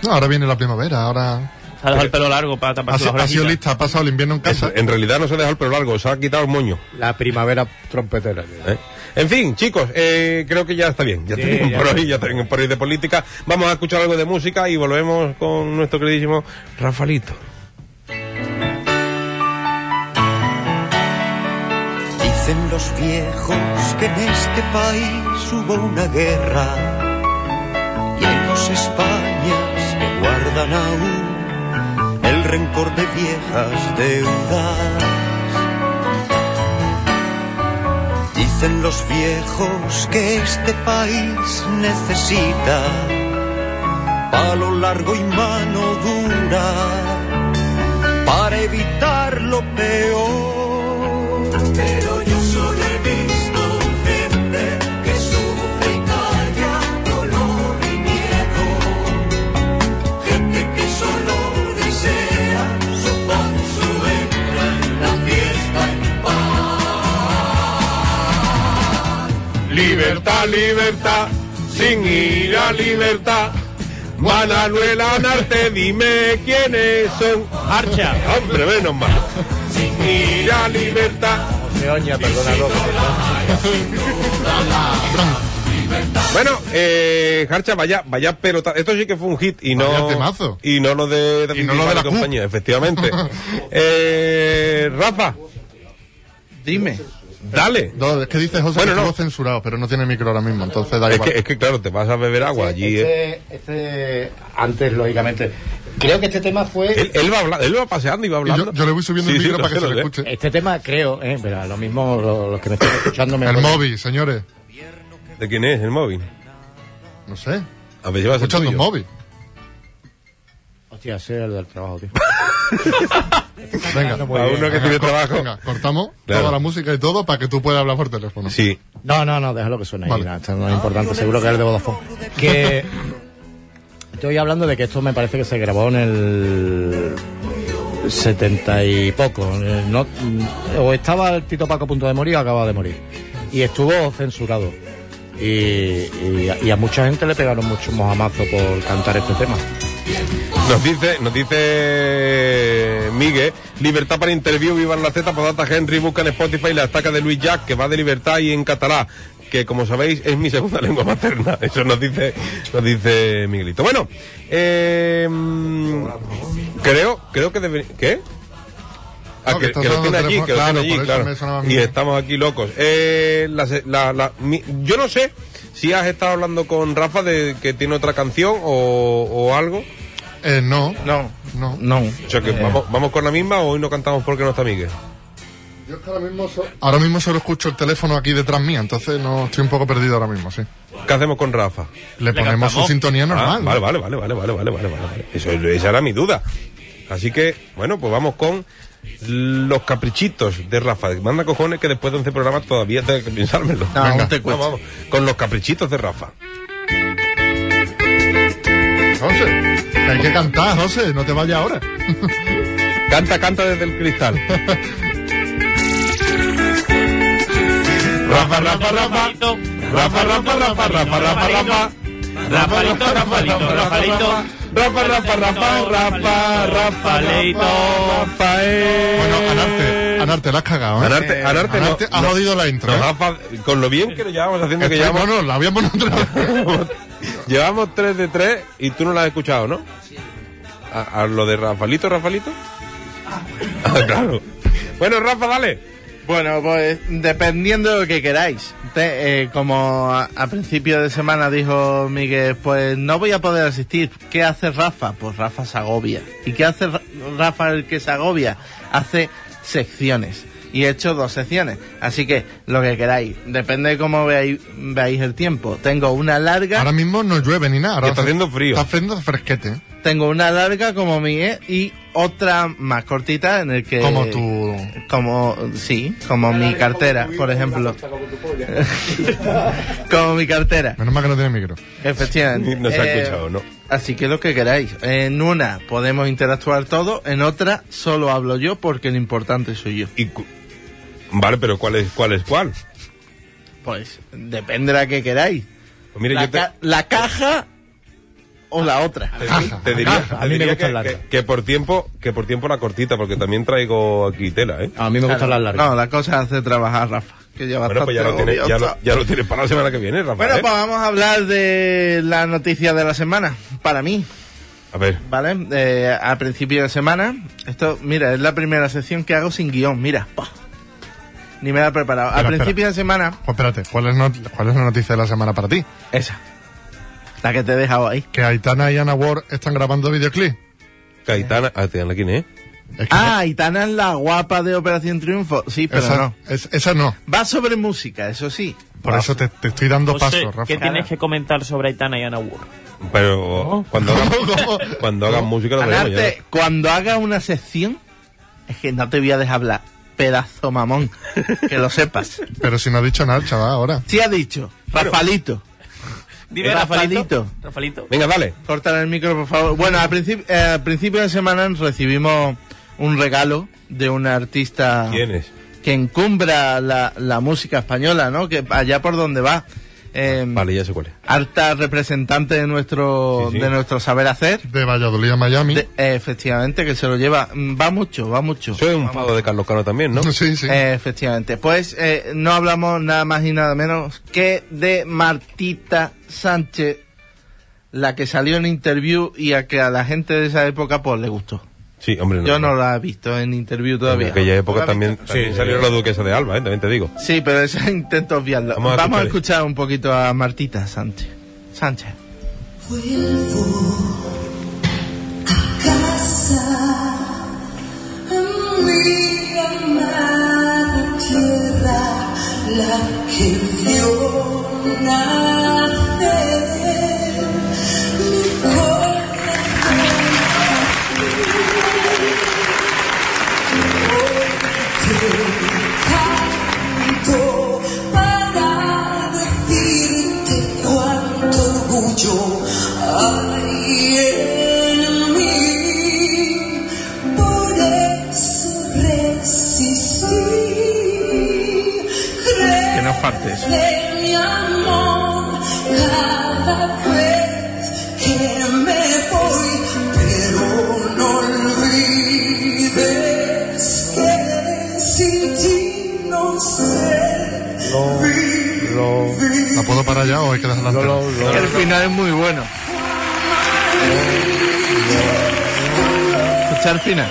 No, ahora viene la primavera, ahora...
Se ha dejado el pelo largo para
Ha,
taparse
si-
las
ha sido
orejitas.
lista, ha pasado el invierno en casa.
Eso, en realidad no se ha dejado el pelo largo, se ha quitado el moño.
La primavera trompetera.
¿eh? En fin, chicos, eh, creo que ya está bien. Ya
Sí,
tenemos
ya
por
está.
hoy, ya tenemos por hoy de política. Vamos a escuchar algo de música y volvemos con nuestro queridísimo Rafaelito.
Dicen los viejos que en este país hubo una guerra y en los Españas que guardan aún el rencor de viejas deudas. Dicen los viejos que este país necesita palo largo y mano dura para evitar lo peor.
Pero yo solo he visto gente que sufre y calla dolor y miedo. Gente que solo desea su pan, su hembra, la fiesta en paz.
Libertad, libertad, sin ir a libertad. Manuel Anarte, dime quiénes son.
Archa.
Hombre, menos mal. Sin ir a libertad.
Eh, Este,
Bueno, eh, Harcha, vaya, vaya pelota. Esto sí que fue un hit y no.
Vaya temazo.
Y no lo de David
Y no lo de
Bisbal
la
y compañía,
(laughs)
efectivamente. eh, Rafa,
Dime.
dale.
No, es que dice José
Bueno,
que
no.
estuvo censurado, pero no tiene micro ahora mismo, entonces da
Es
igual.
que, eh, es que, claro, te vas a beber agua allí. eh.
Este, este- antes, lógicamente. Creo que este tema fue.
Él, él va habla- él va paseando y va
Y
hablando.
yo, yo le voy subiendo
Sí,
el
sí, ¿eh? lo
micro para
sé,
que se
lo
le
sé.
escuche.
Este tema, creo, eh, pero lo mismo lo- los que me están escuchando me.
El móvil, señores.
¿De quién es el móvil?
No sé.
A ver, llevas el
Escuchando
tuyo.
el móvil.
Hostia, ese es el del trabajo, tío.
Venga,
puede.
para uno que
Venga,
tiene
co-
trabajo.
venga,
cortamos
Claro.
toda la música y todo para que tú puedas hablar por teléfono.
Sí.
No, no, no, déjalo que suene ahí.
Vale.
nada, esto no es importante, seguro que es el de Vodafone. Que estoy hablando de que esto me parece que se grabó en el 70 y poco. eh, no- o estaba el Tito Paco a punto de morir o acababa de morir. Y estuvo censurado. Y, y a- y a mucha gente le pegaron muchos mojamazos por cantar este tema.
Nos dice, nos dice Miguel, libertad para interview, vivan la Z, Podata Henry, buscan Spotify la estaca de Luis Jack, que va de libertad y en catalá, que como sabéis es mi segunda (laughs) lengua materna. Eso nos dice, nos dice Miguelito. Bueno, eh, creo, creo que debe, ¿qué? Ah,
No, que
que,
está
que lo
sonando
tiene
el
allí, que lo
teléfono.
tiene
Claro,
allí,
por eso
claro.
me sonaba a mí.
Y estamos aquí locos. Eh, la se- la- la- mi- yo no sé si has estado hablando con Rafa de que tiene otra canción o, o algo.
Eh, no,
No,
no.
no.
O sea, que
Eh.
vamos, vamos con la misma o hoy no cantamos porque no está Miguel.
Yo es que ahora mismo, so- ahora mismo solo escucho el teléfono aquí detrás mía, entonces no estoy un poco perdido ahora mismo, sí.
¿Qué hacemos con Rafa?
Le, ponemos
cantamos?
su sintonía
Ah,
normal.
vale, vale, vale, vale, vale, vale, vale, vale. Eso, esa era mi duda. Así que, bueno, pues vamos con los caprichitos de Rafa. Manda cojones que después de 11 programas todavía tengo que pensármelo.
No,
Venga.
no te cuesta.
Vamos, vamos, con los caprichitos de Rafa.
José, que hay que cantar, José, no te vayas ahora.
Canta, canta desde el
(laughs)
cristal. Rafa, Rafa, Rafa. Rafa, Rafa, Rafa, Rafa, Rafa, Rafa.
Rafaelito, Rafaelito, Rafaelito.
Rafa, Rafa, Rafa, Rafa, Rafa,
Rafaelito.
Bueno,
Rafael.
Anarte, Anarte, la has cagado, ¿eh?
Anarte, Anarte,
Anarte
no-
ha
no-
jodido la intro,
no,
¿eh?
Rafa, con lo bien que lo llevamos haciendo, que
Estoy-
llevamos,
Bueno, la habíamos (laughs) otra vez.
(laughs) llevamos 3 de 3 y tú no la has escuchado, ¿no? A, a lo de Rafalito, Rafalito. Ah, (laughs) claro. Bueno, Rafa, dale.
Bueno, pues dependiendo de lo que queráis. Te- eh, como a, a principio de semana dijo Miguel, pues no voy a poder asistir. ¿Qué hace Rafa? Pues Rafa se agobia. ¿Y qué hace Ra- Rafa el que se agobia? Hace secciones. Y he hecho dos secciones. Así que lo que queráis. Depende de cómo veáis, veáis el tiempo. Tengo una larga.
Ahora mismo no llueve ni nada. ahora
Que está
hace-
haciendo frío.
Está haciendo fresquete, ¿eh?
Tengo una larga como Miguel y otra más cortita en el que...
como tú.
Como, sí, como mi cartera, por ejemplo. (laughs) como mi cartera,
Menos mal que no tiene micro. Pues
efectivamente.
No se ha
Eh,
escuchado, ¿no?
Así que lo que queráis. En una podemos interactuar todos, en otra solo hablo yo porque lo importante soy yo.
(laughs) Y cu- vale, pero ¿cuál es cuál? Es cuál?
Pues depende de la que queráis.
Pues mira,
La,
yo te,
ca- la caja o la otra.
te- te diría,
caja. A
te
mí me
diría
gusta
que,
el largo.
que- que por tiempo que por tiempo la cortita, porque también traigo aquí tela, ¿eh?
A mí me gustan las largas.
No, la cosa hace trabajar, Rafa. Que ya
Bueno, pues ya lo,
bastante
tienes, ya,
agobio
lo,
está.
ya lo tienes para la semana que viene, Rafa.
Bueno,
¿eh?
pues vamos a hablar de la noticia de la semana. Para mí,
A ver,
¿Vale? Eh, a principio de semana. Esto, mira, es la primera sección que hago sin guión, mira. pa. Ni me la he preparado. a
Espera,
principio de semana.
Pues espérate, ¿cuál es, not- ¿cuál es la noticia de la semana para ti?
Esa. La que te he dejado ahí.
Que Aitana y Ana Ward están grabando videoclip.
Caitana, ah, te dan aquí, ¿eh?
Es que
Ah, Itana es la guapa de Operación Triunfo. Sí, pero
esa
no. Pues
es- esa no.
Va sobre música, eso sí.
Por eso te, te estoy dando
José,
paso, Rafa.
¿qué tienes que comentar sobre Aitana y Ana Ward?
Pero cuando
(laughs)
hagan,
¿Cómo?
cuando hagan música lo veremos ya.
Anarte, cuando hagas una sección, es que no te voy a dejar hablar. Pedazo mamón. que lo sepas.
Pero si no ha dicho nada, chaval, ahora.
Sí ha dicho. Rafalito.
Dime,
Rafaelito.
Rafaelito. Rafaelito.
Venga, dale.
Cortar el micro, por favor. Bueno, al principio, principio de semana recibimos un regalo de una artista
¿Quién es?
que encumbra la, la música española, ¿no? Que allá por donde va. Eh,
Vale, ya sé cuál es.
Harta representante de nuestro,
Sí, sí.
de nuestro saber hacer.
De Valladolid a Miami.
De- eh, efectivamente, que se lo lleva. Mm, Va mucho, va mucho.
Soy un fado de Carlos Cano también, ¿no?
Sí, sí.
Eh, efectivamente. Pues eh, no hablamos nada más y nada menos que de Martita Sánchez, la que salió en interview y a que a la gente de esa época pues le gustó.
Sí, hombre.
Yo no la he visto en interview todavía.
En aquella
¿Tú
época
la has
también,
visto?
también salió la duquesa de Alba, ¿eh? También te digo.
Sí, pero eso (laughs) intento obviarlo.
Vamos
Vamos
a
a,
escuchar.
escuchar un poquito a Martita Sánchez. Sánchez.
Vuelvo a casa, a mi amada tierra, la que vio nacer mi corazón.
que no faltes.
de mi amor cada vez que me voy, pero no olvides que sin ti no sé vivir.
¿La puedo parar ya o hay que dejarla
Lo,
entera?
lo, lo-
El final es muy bueno. Escuchar el final.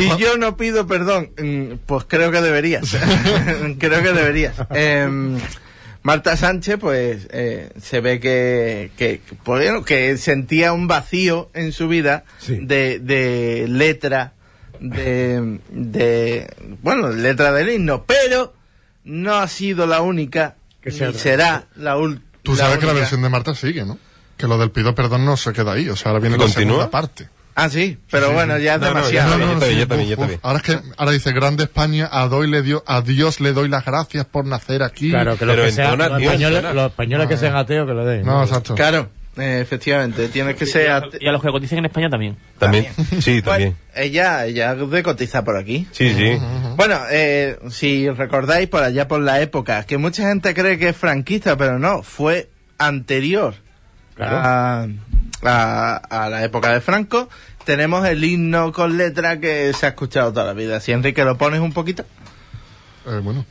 Y yo no pido perdón. Mm, Pues creo que deberías. (laughs) creo que deberías. Em, Marta Sánchez, pues eh, se ve que, que, que, bueno, que sentía un vacío en su vida
Sí.
de, de letra, de, de, bueno, letra del himno, pero no ha sido la única,
Que
que
sea-
será la última.
Tú sabes que la versión de Marta sigue, ¿no? Que lo del pido perdón no se queda ahí. O sea, ahora viene la
¿Continúa?
segunda parte.
Ah, sí, pero bueno, ya es
No, no, ya
demasiado.
no, no, está bien, ya está bien, ya
Uf,
está
uf.
bien.
Ahora es que ahora dice Grande España, a Dios le dio, a Dios le doy las gracias por nacer aquí.
Claro, que los,
Pero
que sean-
entona,
los
tío,
españoles,
entona.
los españoles que sean ateos que lo den.
No, exacto.
Claro, eh, efectivamente, tienes que
Y
ser...
a,
at-
y a los que cotizan en España también.
También. Sí, también.
Bueno, Pues, ella, ella de cotiza por aquí.
Sí, sí.
Bueno, eh, si recordáis por allá por la época, que mucha gente cree que es franquista, pero no, fue anterior
Claro.
a, a- a la época de Franco. Tenemos el himno con letra que se ha escuchado toda la vida. Si Enrique lo pones un poquito.
Eh, bueno.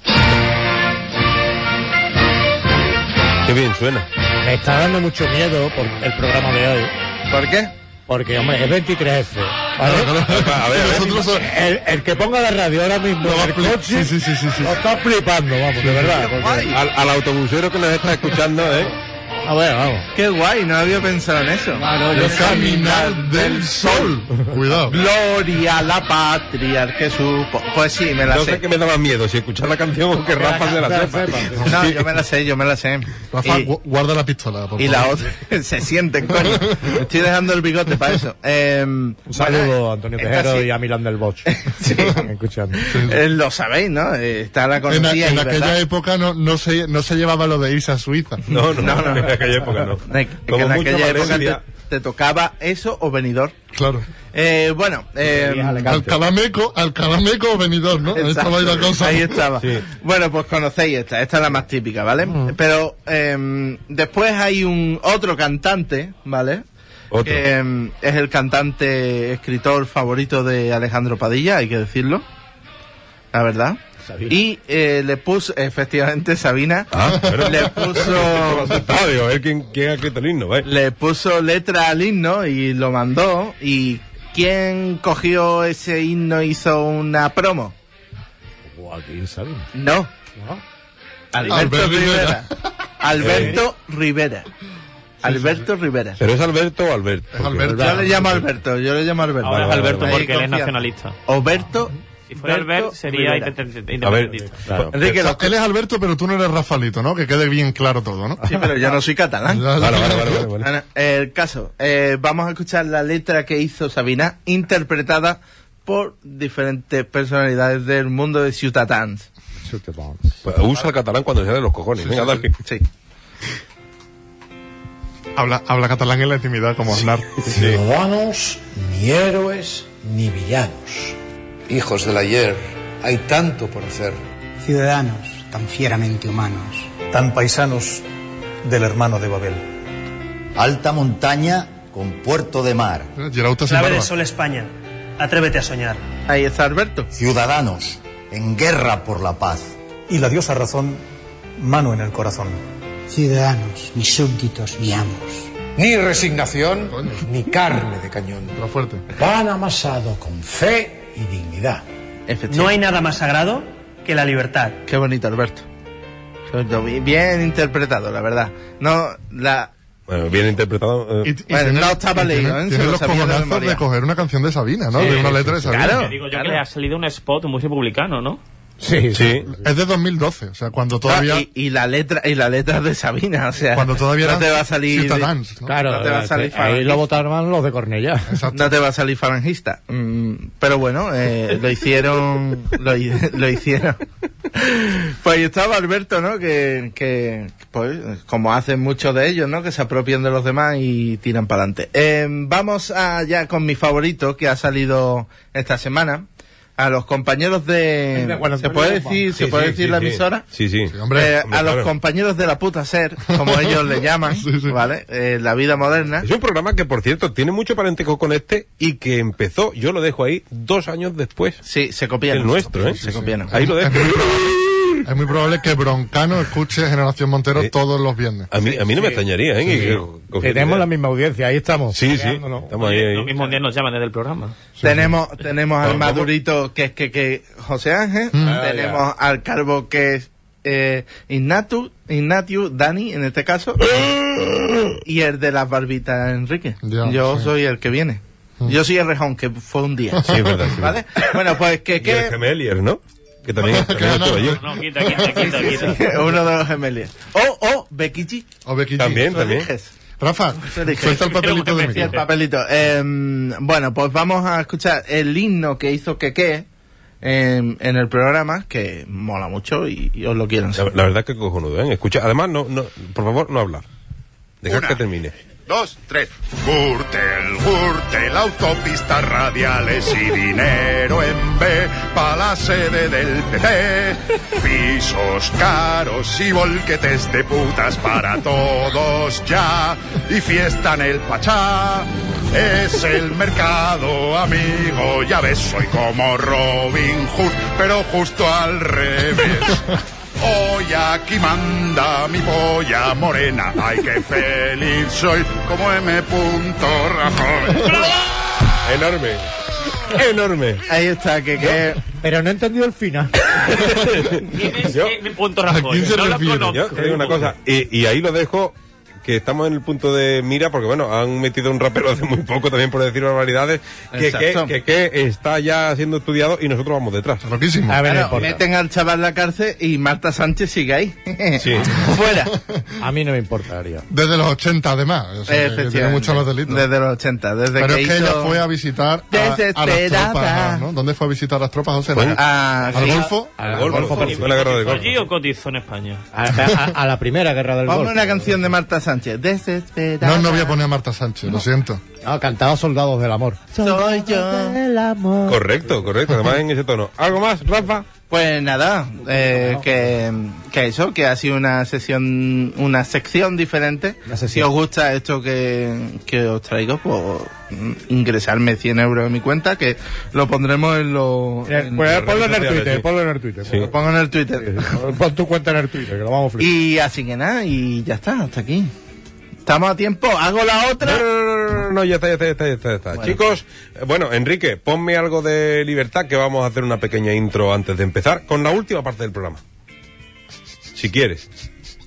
Qué bien
(laughs)
suena.
Me está dando mucho miedo por el programa de hoy.
¿Por qué?
Porque, hombre, es 23F. ¿vale?
Claro, claro.
A ver, a ver.
Nosotros so-
El, el que ponga la radio ahora mismo en el coche
Sí, sí, sí, sí, sí.
lo está flipando, vamos, de verdad. porque-
Al, al autobusero que nos está escuchando, ¿eh?
A ver, vamos.
Qué guay, no había pensado en eso.
El caminar del sol. Cuidado.
Gloria a la patria, al que supo. Pues sí, me la
No
sé.
sé qué me da más miedo, si escuchar la canción o que Rafa se la sepa.
No, yo me la sé, yo me
(laughs)
la sé.
Rafa,
Y-
gu- guarda la pistola, por
Y la
favor.
otra, (laughs) se sienten, coño. Me Estoy dejando el bigote para eso. Em,
Un saludo a Antonio
esta
Tejero
sí-
y a Milán del Bosch.
(laughs) Sí.
Escuchando.
eh, lo sabéis, ¿no? Eh, Está la
En, a-
conocía
en
y,
aquella
¿verdad?
época no, no, se, no se llevaba lo de irse a Suiza.
No, no,
No,
no,
no.
en aquella época no.
Eh, que
Como
en
mucho
aquella época te,
Valencia.
te tocaba eso o venidor.
Claro.
Eh, bueno, eh,
Alcalameco, Alcalameco o Benidorm, ¿no? Ahí
Exacto.
estaba ahí la cosa.
Ahí estaba.
Sí.
Bueno, pues conocéis esta, esta es la más típica, ¿vale? Pero em, después hay un otro cantante, ¿vale?
Otro.
Que em, es el cantante, escritor favorito de Alejandro Padilla, hay que decirlo. La verdad.
Sabina.
Y eh, le puso, efectivamente, Sabina,
Ah, (laughs) pero-
le puso...
Ah, digo, a ver quién, quién ha escrito el himno, eh? ¿vale?
Le puso letra al himno y lo mandó. ¿Y quién cogió ese himno e hizo una promo?
Joaquín Sabina.
No,
¿no?
Alberto
Alberto
Rivera. (laughs)
Rivera.
Alberto Rivera. Alberto Rivera.
¿Pero es Alberto o Alberto?
Es Alberto.
Yo le llamo Alberto, yo le llamo Alberto.
Ahora es
vale,
Alberto
vale.
porque él es
Ahí confianza.
nacionalista.
Oberto.
Si fuera Alberto, sería
Rivera.
independ-
A ver,
independentista.
Claro.
Enrique,
O sea,
(laughs) lo-
él es Alberto, pero tú no eres Rafalito, ¿no? Que quede bien claro todo, ¿no?
Sí, pero yo no soy catalán.
Ya-
Vale, vale, vale, vale, vale.
Ana, El caso, eh, vamos a escuchar la letra que hizo Sabina, interpretada por diferentes personalidades del mundo de Ciutatans.
Pues usa el catalán cuando se da los cojones. Venga, dale.
Sí.
Habla, habla catalán en la intimidad, como hablar.
Ciudadanos, ni héroes, ni villanos.
Hijos del ayer, hay tanto por hacer.
Ciudadanos tan fieramente humanos.
Tan paisanos del hermano de Babel.
Alta montaña con puerto de mar.
Gerauta sin
Clave del
barba.
Sol España. Atrévete a soñar.
Ahí está Alberto.
Ciudadanos en guerra por la paz.
Y la diosa razón, mano en el corazón.
Ciudadanos, mis súbditos, mi amos.
Ni resignación,
Coño.
ni carne de cañón.
Pero fuerte.
Van amasado con fe y dignidad.
Efectivamente.
No hay nada más sagrado que la libertad.
Qué bonito, Alberto. Qué bonito, bi- Bien interpretado, la verdad. No, la,
Bueno, bien interpretado. eh,
Y- y
Bueno,
tiene-
no estaba
y tiene-
leído, ¿eh? Se
Tiene
lo
los
sabía de
cojonazos
memoria.
Eh,
de coger una canción de Sabina, ¿no? de una letra de Sabina.
claro.
Te digo yo que le ha salido un spot muy republicano, ¿no?
Sí,
sí.
Es de 2012, o sea, cuando todavía...
Ah, y, y la letra y la letra de Sabina, o sea,
Cuando todavía
no
eran
te va a salir
Sister Dance, ¿no?
Claro,
No te va a
eh,
salir
que ahí
falangi-
lo votaron los de (laughs) Cornellá.
no te va a salir falangista. Mm, pero bueno, eh, lo hicieron, lo, hi- lo hicieron. Pues ahí estaba Alberto, ¿no? Que, que, pues, como hacen muchos de ellos, ¿no? Que se apropian de los demás y tiran para adelante. Eh, vamos a- ya con mi favorito que ha salido esta semana. A los compañeros de... ¿Se puede decir, ¿se puede decir la emisora?
Sí, sí.
Eh,
Hombre,
a los
claro.
compañeros de la puta ser, como
(laughs)
ellos le llaman, ¿vale? Eh, la vida moderna.
Es un programa que, por cierto, tiene mucho parentesco con este y que empezó, yo lo dejo ahí, dos años después.
Sí, se copia.
El nuestro, ¿eh?
Se copian.
Ahí lo dejo.
Es muy probable que Broncano escuche Generación Montero todos los viernes.
A mí, a mí no me extrañaría, ¿eh? Que- que- que-
Tenemos la misma audiencia, ahí estamos.
Sí, sí.
Peleándonos.
Estamos ahí, ¿eh? ahí.
Los mismos días nos llaman desde el programa.
(laughs)
Tenemos, tenemos al
Vamos. Mm.
madurito que es que, que José Ángel,
Ah,
tenemos al calvo que es eh, Ignatu, Ignatius, Dani en este
(coughs)
caso, y el de las barbitas Enrique.
Ya,
Yo
sí.
soy el que viene. Yo soy el rejón, que fue un día.
Mm. Sí, es verdad. sí.
¿Vale? Bueno, pues que,
Y el
que
Gemelier, ¿no? Que también, también estuvo allí.
No, quita, quita, quita,
(laughs)
quita.
uno de los gemelos. O, o, Becky G.
O Becky G.
También,
Tú
también.
eliges.
Rafa,
Te dije.
suelta el papelito de
Sí, el
micro.
papelito. Eh, bueno, pues vamos a escuchar el himno que hizo Keke en, en el programa, que mola mucho y, y os lo quieren
La,
saber.
la verdad que cojonudo, ¿eh? Escucha, además, no, no, por favor, no hablar. Dejad
Una.
que termine.
dos, tres. Gürtel, Gürtel, autopistas radiales y dinero en B para la sede del PP. Pisos caros y volquetes de putas para todos ya. Y fiesta en el Pachá. Es el mercado, amigo. Ya ves, soy como Robin Hood, pero justo al revés. Hoy aquí manda mi polla morena. Ay, qué feliz soy como M. Rajoy.
Enorme. Enorme.
Ahí está, Keke.
Pero no he entendido el
(laughs)
final.
¿Quién es
Yo-
eh, mi punto
¿A
Rajoy?
quién se
No lo
refiere?
Yo
conozco.
te digo una cosa, y, y ahí lo dejo, que estamos en el punto de mira, porque bueno, han metido un rapero hace muy poco también por decir barbaridades, que, que,
Exacto.
que, que está ya siendo estudiado y nosotros vamos detrás.
Loquísimo.
A ver, no
Claro,
importa.
meten al chaval en la cárcel y Marta Sánchez sigue
(laughs)
ahí.
Sí.
Fuera.
A mí no me importaría.
Desde los 80, además. O sea, que tiene
Efectivamente.
muchos los delitos.
Desde los 80. Desde
Pero
que
es que
hizo-
ella fue a visitar a- a, las
Desesperada.
tropas, ¿no? ¿Dónde fue a visitar a las tropas, José?
Fue-
a-
¿Al Golfo?
Al
Golfo,
Golfo, por
sí, fue la guerra de Golfo.
¿Allí o cotizó en España?
A, a- a la primera guerra del
Ponme
Golfo.
una canción de Marta Sánchez. Desesperada.
No, no voy a poner a Marta Sánchez, lo siento.
Ah, cantaba Soldados del Amor.
Soy yo.
Correcto, correcto, además en ese tono. ¿Algo más, Rafa?
Pues nada, eh, que, que eso, que ha sido una sesión, una sección diferente.
Una sesión.
Si os gusta esto que, que os traigo, pues mm, ingresarme 100 euros en mi cuenta, que lo pondremos en los...
pues ponlo en el Twitter,
ponlo en el Twitter.
Sí.
Lo pongo en el Twitter.
Pon tu cuenta en el Twitter, que lo vamos a
Y así que nada, y ya está, hasta aquí. Estamos a tiempo, hago la
No, no,
otra.
no, no, no, no, ya está, ya está, ya está, ya está, ya está. Chicos, eh, bueno, Enrique, ponme algo de libertad que vamos a hacer una pequeña intro antes de empezar con la última parte del programa. Si quieres.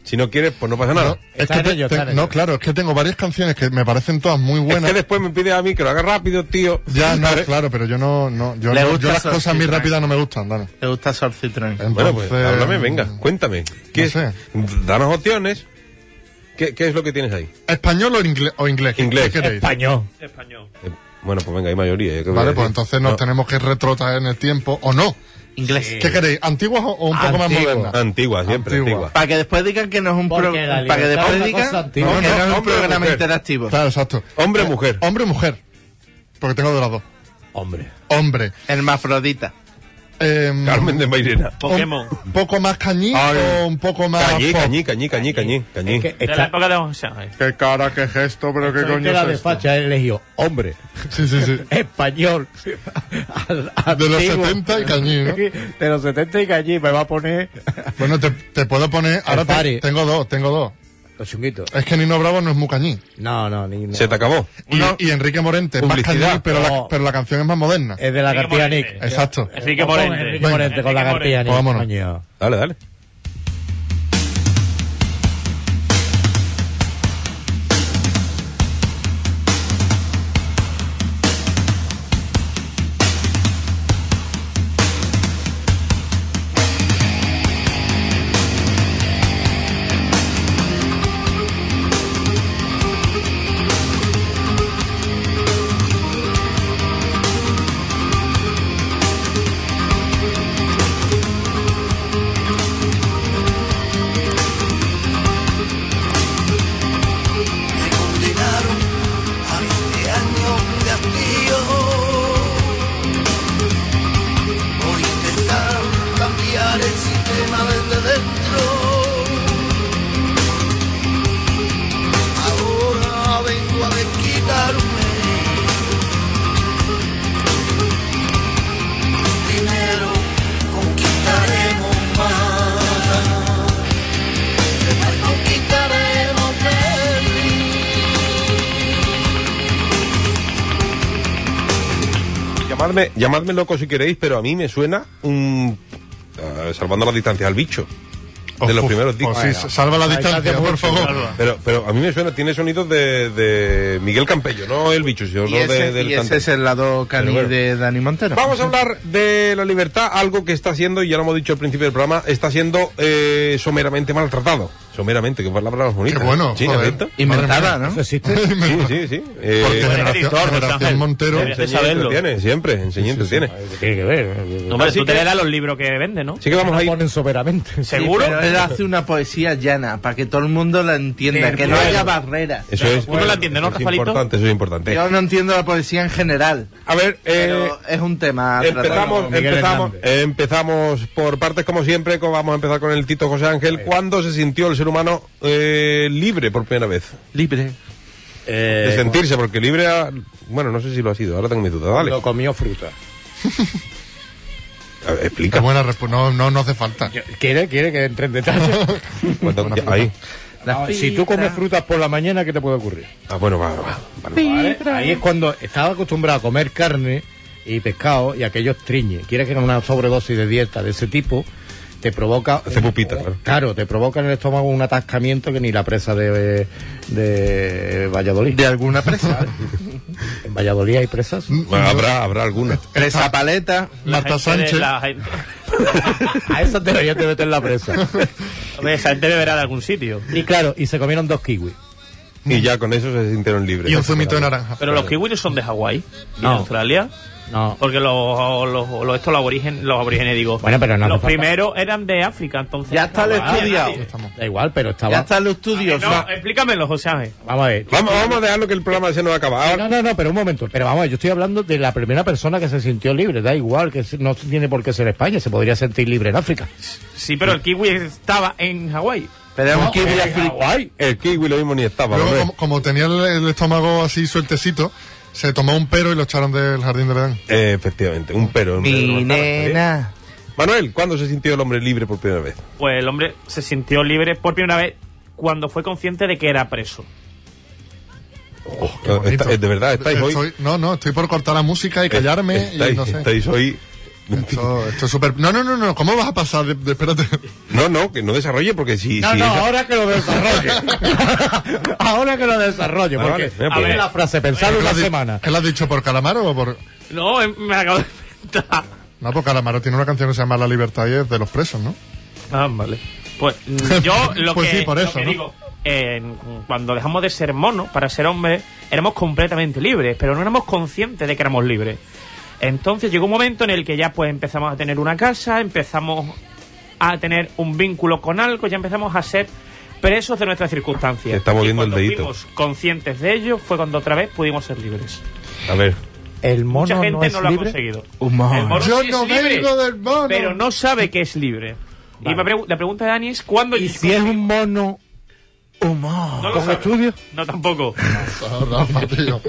Si no quieres, pues no pasa nada.
Es
Está
que
en
te-
ello,
te-
está en
no,
ello.
claro, es que tengo varias canciones que me parecen todas muy
Es
buenas.
que después me pide a mí que lo haga rápido, tío.
Ya, no, claro, pero yo no, no, yo,
Le
no- yo
gusta
las cosas muy
Sorcitran.
rápidas no me gustan, Dani.
¿Te gusta Sor Citroën?
Bueno, pues
Entonces,
háblame, venga, cuéntame. ¿Qué
no
es?
sé.
Danos opciones. ¿Qué, qué es lo que tienes ahí?
¿Español o, ingle- o inglés?
Inglés.
¿Qué queréis?
Español.
Español.
Eh, bueno, pues venga, hay mayoría. yo creo que voy
Vale,
a
pues
decir.
entonces nos
No,
tenemos que retrotraer en el tiempo, ¿o no?
Inglés.
¿Qué queréis? ¿Antiguas o, o un poco más
Antiguo.
modernas?
Antigua, siempre
Antigua.
antigua.
Para que después digan que no es un
Porque
pro-
la
Para que
libertad es
después
una
digan
cosa
que
antigua.
no
No,
no,
es un
hombre o
programa
mujer.
interactivo.
Claro, exacto.
Hombre o mujer.
Hombre o mujer. Porque tengo de las dos.
Hombre.
Hombre.
Hermafrodita.
em,
Carmen de Mairena.
Pokémon.
Un poco más cañí o un poco más.
Cañí,
pop?
cañí, cañí, cañí, cañí. cañí.
Que
De la
esta,
época de José Ángel.
Qué cara, qué gesto, pero qué
que la de facha he elegido hombre,
Sí, sí, (laughs) sí.
español, (laughs) al-
Ah, De los
antiguo.
70 y cañí, ¿no?
De los 70 y cañí me va a poner
Bueno, te, te puedo poner. Ahora te-
Fari.
tengo dos, tengo dos.
(laughs) los chunguitos.
Es que Nino Bravo no es muy cañí.
No, no, ni no.
Se te acabó.
Y, y Enrique Morente es más
Publicidad.
cañí, pero, la,
No. Eh,
pero la canción es más moderna.
Es de la
Enrique
cartilla
Morente.
Nick.
Exacto.
Enrique
Pon
Morente.
Enrique Morente con la
Enrique
cartilla Nick.
Pues vámonos.
coño.
Dale, dale. Llamadme, llamadme loco si queréis, pero a mí me suena un. eh, salvando la distancia al bicho. De los primeros discos.
oh, sí, Bueno. salva la Ahí está, distancia, por por favor. favor.
Pero, pero a mí me suena, tiene sonidos de, de Miguel Campello, no el bicho, sino
Y ese,
de, del
y ese
cantante.
es el lado cani
Pero bueno.
de Dani Montero.
Vamos a hablar de la libertad, algo que está siendo, y ya lo hemos dicho al principio del programa, está siendo eh, someramente maltratado. Someramente, que palabra más bonita.
Qué bueno,
Sí,
joder.
¿no?
Inventada, ¿no? ¿Eso existe?
Sí,
(laughs)
sí, sí. Eh,
Porque Generación- Generación Montero- Deberías de saberlo.
tiene, siempre, enseña entretiene.
Tiene que ver.
No, hombre, tú te leerás los libros que vende, ¿no?
Sí que vamos
a ir. ponen soberamente.
Sí, pero él hace una poesía llana para que todo el mundo la entienda,
Sí,
que no
bueno.
haya barreras.
Eso es.
Uno la entiende, ¿no,
Es
Rafaelito?
importante, eso es importante.
Yo no entiendo la poesía en general.
A ver,
pero es un tema. a tratar.
Eh, Empezamos, empezamos, empezamos por partes como siempre, co- vamos a empezar con el Tito José Ángel. ¿Cuándo se sintió el ser humano eh, libre por primera vez?
Libre.
Eh,
de sentirse, porque libre, ha- bueno, no sé si lo ha sido, ahora tengo mis dudas, dale.
Cuando comió fruta.
A ver, explica.
Qué buena respuesta. No, no, no hace
Ah.
falta.
¿Quiere, quiere que entre en detalle?
Cuando- ya, ahí.
No, si tú comes frutas por la mañana, ¿qué te puede ocurrir?
Ah, bueno, va, va.
¿Vale? Ahí es cuando estaba acostumbrado a comer carne y pescado y aquellos triñe. Quieres que una sobredosis de dieta de ese tipo te provoca. Hace
pupita, claro.
te provoca en el estómago un atascamiento que ni la presa de, de Valladolid.
De alguna presa.
en Valladolid hay presas.
Bueno, habrá, habrá alguna.
Presa paleta.
Marta Sánchez. (laughs) A esa te deberías de meter en la presa.
(laughs)
Hombre, esa gente beberá de algún sitio.
Y claro, y se comieron dos kiwis.
Y ya con eso se sintieron libres.
Y un zumito de naranja.
Pero los kiwis no son de Hawái, ni
No.
de Australia.
No.
Porque los, los, los- estos, los aborígenes, los aborígenes, digo.
Bueno, pero no hace
Los
falta.
primeros eran de África, entonces.
Ya está el
Ah,
estudiado.
nadie.
Da igual, pero
Ah,
estaba.
Ya están los estudios.
No,
eh,
explícamelo, José Ángel.
Vamos a ver.
Vamos, vamos a dejarlo que el programa se nos acaba. Ahora,
No, no, no, pero un momento. Pero vamos, yo estoy hablando de la primera persona que se sintió libre. Da igual, que se- no tiene por qué ser España. Se podría sentir libre en África.
Sí, pero el kiwi estaba en Hawái.
Pero
No,
kiwi
eh, ah,
en
africano.
Hawái.
el kiwi lo mismo ni estaba.
Luego,
hombre.
como, como tenía el, el estómago así sueltecito, se tomó un pero y lo echaron del jardín del Edén.
Eh, efectivamente, un pero. un pero,
Mi
una cara, ¿eh?
nena.
Manuel, ¿cuándo se sintió el hombre libre por primera vez?
Pues el hombre se sintió libre por primera vez cuando fue consciente de que era preso.
Eh, está- eh, de verdad, estáis hoy. Eh,
Estoy- no, no, estoy por cortar la música y callarme. y
estáis,
no sé.
estáis hoy.
Esto, esto es súper. No, no, no, no. ¿Cómo vas a pasar? De- de- espérate.
No, no, que no desarrolle porque si.
No,
si
no,
esa-
ahora que lo desarrolle. ahora que lo desarrolle.
Vale,
Porque,
vale, venga,
a
pues.
ver la frase, pensar
¿Qué lo
una
has di-
semana.
¿Qué lo has dicho por Calamaro o por.?
No, eh, me acabo de inventar.
No, por Calamaro tiene una canción que se llama La libertad y es de los presos, ¿no?
Ah, vale. Pues (laughs) mm, yo lo
Pues
que,
sí, por
lo
eso,
que
¿no?
digo, eh, cuando dejamos de ser monos para ser hombres, éramos completamente libres, pero no éramos conscientes de que éramos libres. Entonces llegó un momento en el que ya pues empezamos a tener una casa, empezamos a tener un vínculo con algo, ya empezamos a ser presos de nuestras circunstancias.
Se está moviendo
Y cuando
el dedito.
fuimos conscientes de ello fue cuando otra vez pudimos ser libres.
A ver.
El mono
Mucha gente
no es
no, lo ha
libre.
conseguido.
Humor.
El mono
Yo
sí es
no
libre,
vengo del mono.
Pero
(laughs)
no sabe que es libre. Y me pregu- la pregunta de Dani es: ¿cuándo
Y si es un mono
no lo
con
sabe.
estudios,
No, tampoco.
Ah, Rafa, tío.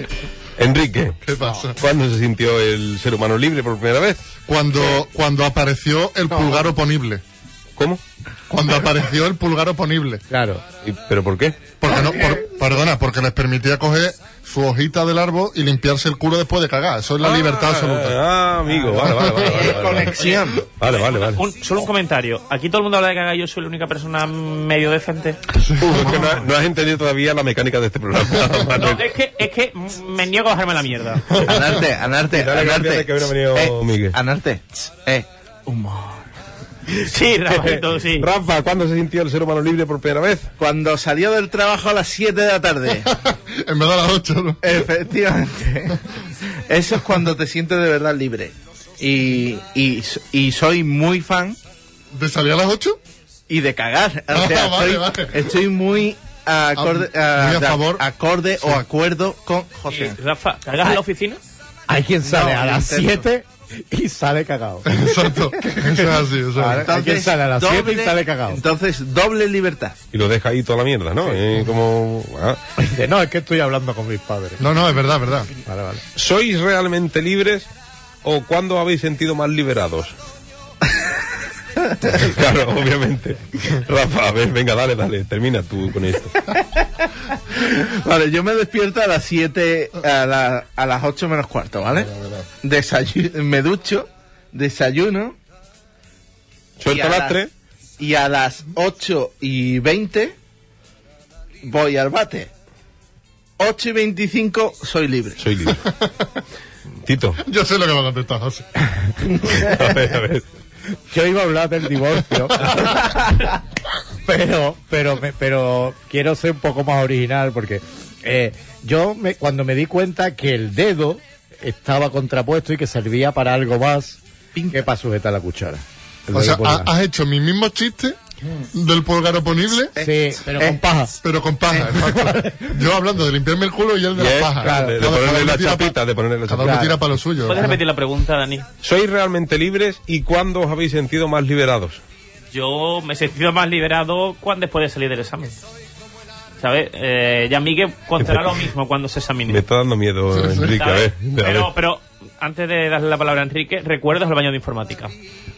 Enrique,
¿Qué pasa?
¿cuándo se sintió el ser humano libre por primera vez?
Cuando, cuando apareció el pulgar oponible.
¿Cómo?
Cuando apareció el pulgar oponible.
claro.
¿Y- ¿Pero por qué?
Porque no, por- perdona, porque les permitía coger su hojita del árbol y limpiarse el culo después de cagar. Eso es la libertad absoluta.
Ah, amigo, vale, vale, vale. vale, vale, vale.
Conexión.
Vale, vale, vale.
Un- solo un comentario. Aquí todo el mundo habla de cagar. Yo soy la única persona medio decente.
Uf, que no, has- no has entendido todavía la mecánica de este programa.
(laughs) No,
Manuel.
es que, es que me niego a bajarme la
(laughs)
mierda.
(laughs) Anarte, anarte,
Dale, cámbiale,
anarte.
que hoy no ha venido
Eh,
Miguel.
Anarte. Eh, humor.
(laughs) Sí, Rafaelito, sí.
Rafa, ¿cuándo se sintió el ser humano libre por primera vez?
Cuando salió del trabajo a las 7 de la
(laughs)
tarde.
(laughs) en vez de las ocho, ¿no?
Efectivamente. Eso es cuando te sientes de verdad libre. Y, y, y soy muy fan
¿Te salía a las (laughs) ocho?
y de cagar. O
Ah,
sea,
vale,
estoy,
vale.
estoy muy acorde,
Ah, muy a
de-
favor.
acorde o acuerdo con José.
Rafa, ¿cargas en la oficina?
Hay quien sale
No,
a las
intento.
7 y sale cagado.
Exacto. Eso es así, eso es
Vale.
así.
Hay quien sale a las siete y sale cagado.
Entonces, doble libertad.
Y lo deja ahí toda la mierda, ¿no? Eh, como... ah.
Dice, no, es que estoy hablando con mis padres.
No, no, es verdad, es verdad.
Vale, vale.
¿Sois realmente libres o cuándo habéis sentido más
(laughs)
liberados? claro, obviamente. Rafa, a ver, venga, dale, dale, termina tú con esto.
Vale, yo me despierto a las 7, a, la- a las 8 menos cuarto, ¿vale? desayu- me ducho, desayuno.
Suelta
y a
las tres.
Y a las 8 y 20 voy al bate. 8 y 25 soy libre.
Soy libre.
(laughs)
Tito.
(laughs) Yo sé lo que va a contestar José.
a ver, a ver.
Yo iba a hablar del (laughs) divorcio. pero, pero, me- pero quiero ser un poco más original porque eh, yo me- cuando me di cuenta que el dedo estaba contrapuesto y que servía para algo más que para sujetar la cuchara.
O sea,
Luego,
ha-
pues,
has hecho mis mismos chistes del pulgar oponible.
Eh.
Sí, pero con paja.
Pero con paja, exacto.
(laughs)
Yo hablando de limpiarme el culo y él de
Yes,
la paja.
Eh. claro, de, de
Cada- cada
ponerle
uno
la
tira pa-
chapita, de ponerle la
Cada uno
chapita.
tira para lo suyo.
¿Puedes repetir la pregunta, Dani?
¿Sois realmente libres y cuándo os habéis sentido más liberados?
Yo me he sentido más liberado cuando después de salir del examen. ¿Sabes? Eh, ya Miguel contará lo mismo cuando se examine.
Me está dando
(laughs)
miedo, Enrique, a ver.
¿sabes?
a ver.
Pero, pero antes de darle la palabra a Enrique, recuerdos al baño de informática.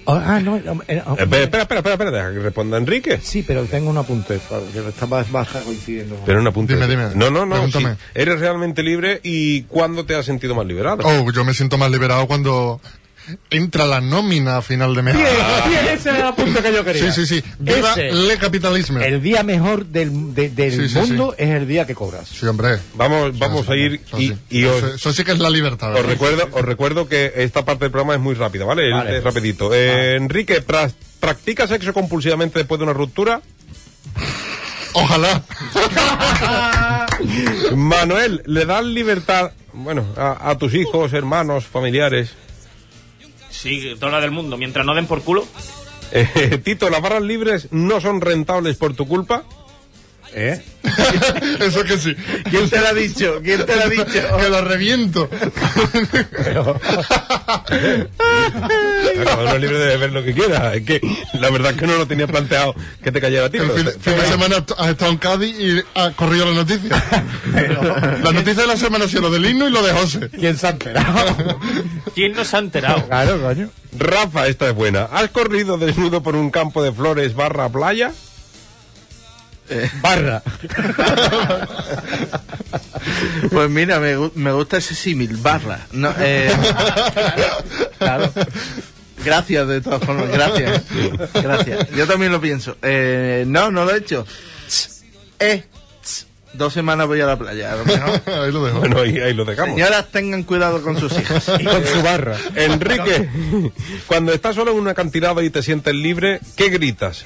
Ah, no, no, era-
Eh, Espera, espera, espera, espera, espera, deja que responda Enrique.
Sí, pero tengo un apunte, Pablo, que está más baja coincidiendo.
Pero un apunte.
Dime, dime.
No, no, no.
Pregúntame.
sí. Eres realmente libre y ¿cuándo te has sentido más liberado?
Oh, yo me siento más liberado cuando entra la nómina a final de mes.
bien, ese era el punto que yo quería.
Sí, sí, sí. Viva
Ese.
le capitalismo.
El día mejor del, de- del
Sí, sí,
mundo es el día que cobras.
Sí, hombre.
Vamos, vamos a ir
Eso
y,
sí.
y
eso,
os,
eso sí que es la libertad.
os
¿verdad?
recuerdo, os recuerdo que esta parte del programa es muy rápida, ¿vale?
Vale.
Es rapidito. Eh, Enrique, ¿pras- ¿practica sexo compulsivamente después de una ruptura?
Ojalá.
Manuel, ¿le das libertad, bueno, a, a tus hijos, hermanos, familiares?
Sí, toda la del mundo. Mientras no den por culo.
Eh, Tito, ¿las barras libres no son rentables por tu culpa?
¿Eh?
(laughs) eso que sí.
¿Quién te lo ha dicho? ¿Quién te lo ha dicho?
(laughs) Que lo reviento.
(laughs) Cada uno es libre de ver lo que quiera. Es que la verdad es que no lo tenía planteado que te cayera Tito.
El fin, fin de semana has estado en Cádiz y ha corrido la noticia. La noticia de la semana ha sido lo del himno y lo de José.
¿Quién se ha enterado?
¿Quién no se ha enterado?
claro, coño.
Rafa, esta es buena. ¿Has corrido desnudo por un campo de flores barra playa?
Barra.
Pues mira, me, gu- me gusta ese símil, barra. No, (laughs) eh,
Claro.
gracias, de todas formas, gracias. Gracias. Yo también lo pienso. Eh, no, no lo he hecho. Tss, eh, tss, dos semanas voy a la playa. A lo (laughs) mejor.
(laughs) Ahí lo dejo.
Bueno, ahí, ahí lo dejamos. Eh,
Señoras, tengan cuidado con sus (laughs) hijas.
Y con su barra.
Enrique, cuando estás solo en un acantilado y te sientes libre, ¿qué gritas?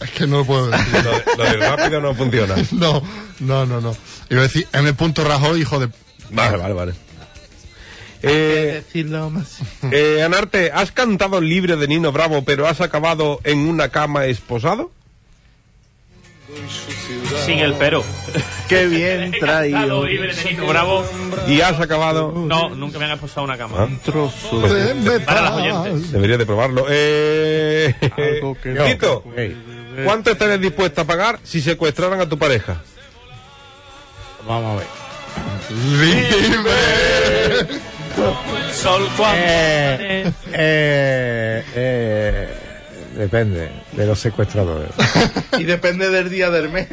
Es que no lo puedo decir.
Lo, de- lo del rápido no funciona.
No, no, no, no. Iba a decir M. Rajoy, hijo de...
Vale, vale, vale. Eh,
Decirlo más.
eh, Anarte, ¿has cantado libre de Nino Bravo, pero has acabado en una cama esposado?
Sin el pero.
Qué bien traído.
libre de Nino Bravo.
¿Y has acabado?
No, nunca me han expulsado una cama.
Trozo.
de metal.
oyentes.
Deberías de probarlo. Eh,
Algo que-
Tito,
Ok,
¿cuánto estarías dispuesta a pagar si secuestraran a tu pareja?
Vamos a ver.
Libre.
Sol cuando.
Eh, eh, eh, depende de los secuestradores.
Y depende del día del mes.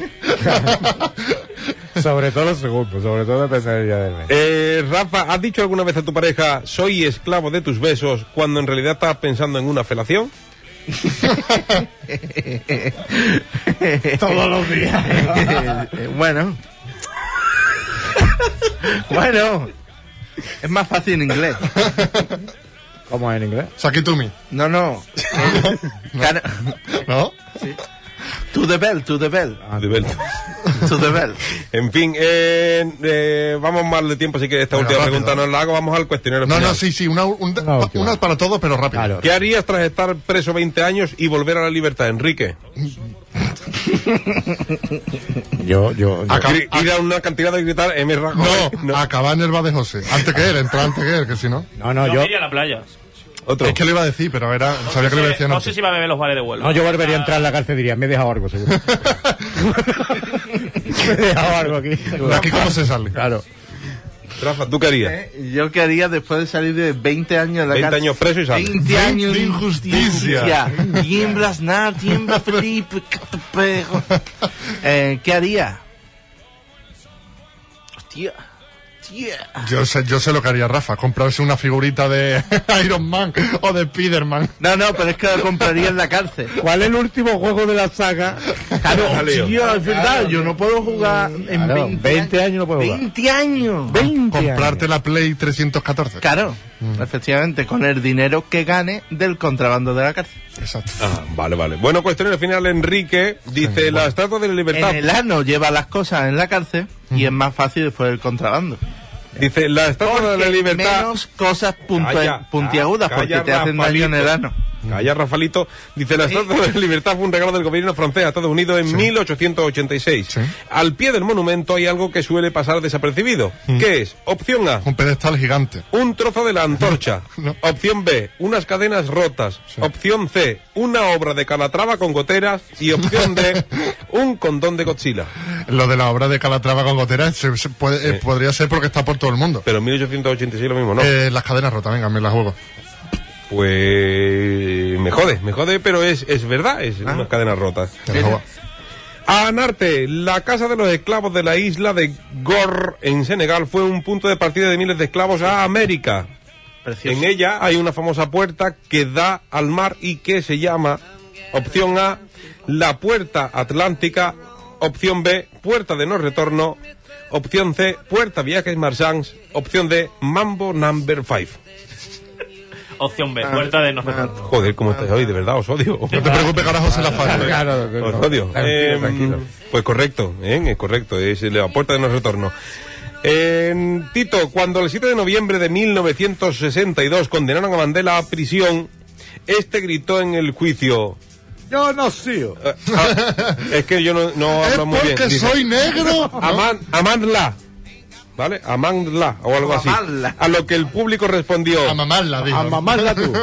sobre todo los segundos, sobre todo depende del día del mes.
Eh, Rafa, ¿has dicho alguna vez a tu pareja soy esclavo de tus besos cuando en realidad estás pensando en una felación?
Todos los días.
(laughs) Eh, bueno. bueno. Es más fácil en inglés.
¿Cómo es en inglés?
Sakitumi.
No, (laughs) no. Can-
¿No?
to the bell, to the bell.
De verdad.
To the bell.
en fin, eh, eh, vamos mal de tiempo, así que esta
Venga,
última
rápido.
pregunta no la hago, vamos al cuestionario.
No,
final.
no, sí, sí. Una, un-
Una última.
una para todos, pero rápido.
Claro.
¿Qué harías tras estar preso 20 años y volver a la libertad, Enrique?
Yo, yo, yo.
Acá-
Ir, ir a una cantidad de eh, gritar M. Rajoy.
No, acabar en el bar de José. Antes que él, entrar antes que él, que si no.
No, no,
Yo
Ah, yo.
me iría a la playa.
Otro.
Es que lo iba a decir, pero era, sabía que lo iba a decir
no
antes.
sé si va a beber los bares de vuelo.
No, yo volvería a entrar en la cárcel y diría, me he dejado algo, seguro. (laughs) me he dejado algo aquí. seguro.
De aquí cómo se sale.
Claro.
Rafa, ¿tú qué harías?
Eh, Yo qué haría después de salir de 20 años de la
20
cárcel.
años preso y sale.
20 años
De
de
injusticia.
injusticia. Tiemblas, nada, tiembla Felipe. (laughs) que te pego. Eh, ¿Qué haría? Hostia. Hostia.
Yo sé, yo sé lo que haría Rafa, comprarse una figurita de (laughs) Iron Man o de Spiderman.
No, no, pero es que lo compraría en la cárcel.
¿Cuál es el último juego de la saga?
Claro,
(laughs) Ha salido.
tío, es verdad, yo no puedo jugar en
Claro,
20,
20 años no puedo jugar.
20 años.
Comprarte la Play 314.
Claro, efectivamente, con el dinero que gane del contrabando de la cárcel.
Exacto.
Ah, vale, vale. Bueno, cuestión al final, Enrique dice, la estatua de la libertad...
En el ano lleva las cosas en la cárcel y es más fácil después del contrabando.
Dice, la estatua de la
Porque
libertad...
menos cosas punta- puntiagudas porque te hacen daño en el ano.
Calla, Rafalito. Dice, la Estatua de la Libertad fue un regalo del gobierno francés a Estados Unidos en 1886. Al pie del monumento hay algo que suele pasar desapercibido. ¿Qué es? Opción A,
Un pedestal gigante.
un trozo de la antorcha.
(laughs) No.
Opción B, unas cadenas rotas. Opción C, una obra de Calatrava con goteras. Y opción
(laughs)
D, un condón de Godzilla.
Lo de la obra de Calatrava con gotera se- se puede- eh, podría ser porque está por todo el mundo.
Pero en 1886 lo mismo, ¿no?
Eh, las cadenas rotas, venga, me las juego.
Pues me jode, me jode, pero es, es verdad, es
Ah.
unas cadenas rotas. A Anarte, la casa de los esclavos de la isla de Gor en Senegal fue un punto de partida de miles de esclavos a América. En ella hay una famosa puerta que da al mar y que se llama opción A, la puerta atlántica, opción B, puerta de no retorno, opción C, puerta viajes marchands, opción D, mambo number 5.
Opción B, puerta de no retorno.
Joder, cómo estáis hoy, de verdad, os odio.
No te preocupes, que ahora José
Ah,
la falla.
Claro,
Os odio.
Tranquilo,
Em,
tranquilo.
Pues correcto, ¿eh? es correcto, es la puerta de no retorno. En Tito, cuando el 7 de noviembre de 1962 condenaron a Mandela a prisión, este gritó en el juicio.
Yo no sigo.
eh, ah, es que yo no, no
Es
hablo muy ah, bien.
porque
dice, Ah,
soy negro.
"Aman- amandla", ¿Vale? Amandla o algo así.
Amamadla.
A lo que el público respondió.
A mamarla, dijo.
A mamarla tú.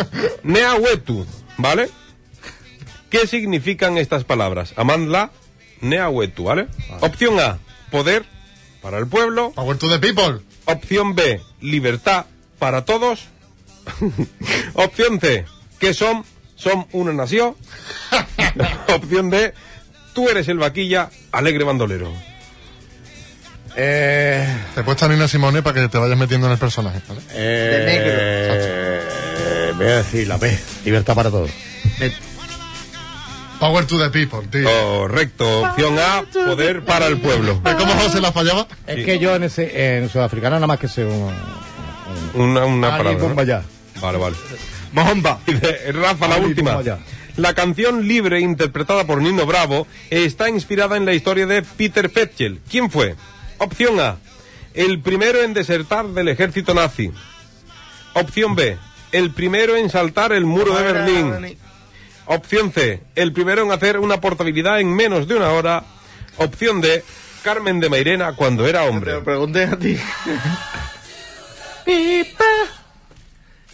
Neahuetu, ¿vale? ¿Qué significan estas palabras? Amandla, Neahuetu, ¿vale? Opción A, poder para el pueblo.
Power to the people.
Opción B, libertad para todos. (laughs) Opción C, ¿qué son? Son una nación. (laughs) Opción D, tú eres el vaquilla, alegre bandolero.
Eh,
Te he puesto a Nina Simone para que te vayas metiendo en el personaje. ¿vale?
eh, eh, voy a decir la B. Libertad para todos.
Power to the people, tío.
Eh.
Correcto, opción A, poder para el pueblo.
¿Ves cómo José la fallaba?
Es que yo en, ese, en Sudafricana nada más que sé un.
Una, una
Ali,
palabra. ¿no?
bomba ya.
Vale, vale. Dice, Rafa, la
Ali,
última.
toma ya.
La canción Libre, interpretada por Nino Bravo, está inspirada en la historia de Peter Petchel. ¿Quién fue? Opción A. El primero en desertar del ejército nazi. Opción B. El primero en saltar el muro de Berlín. Opción C. El primero en hacer una portabilidad en menos de una hora. Opción D. Carmen de Mairena cuando era
Te
hombre.
lo pregunté a ti. (laughs) Pipa.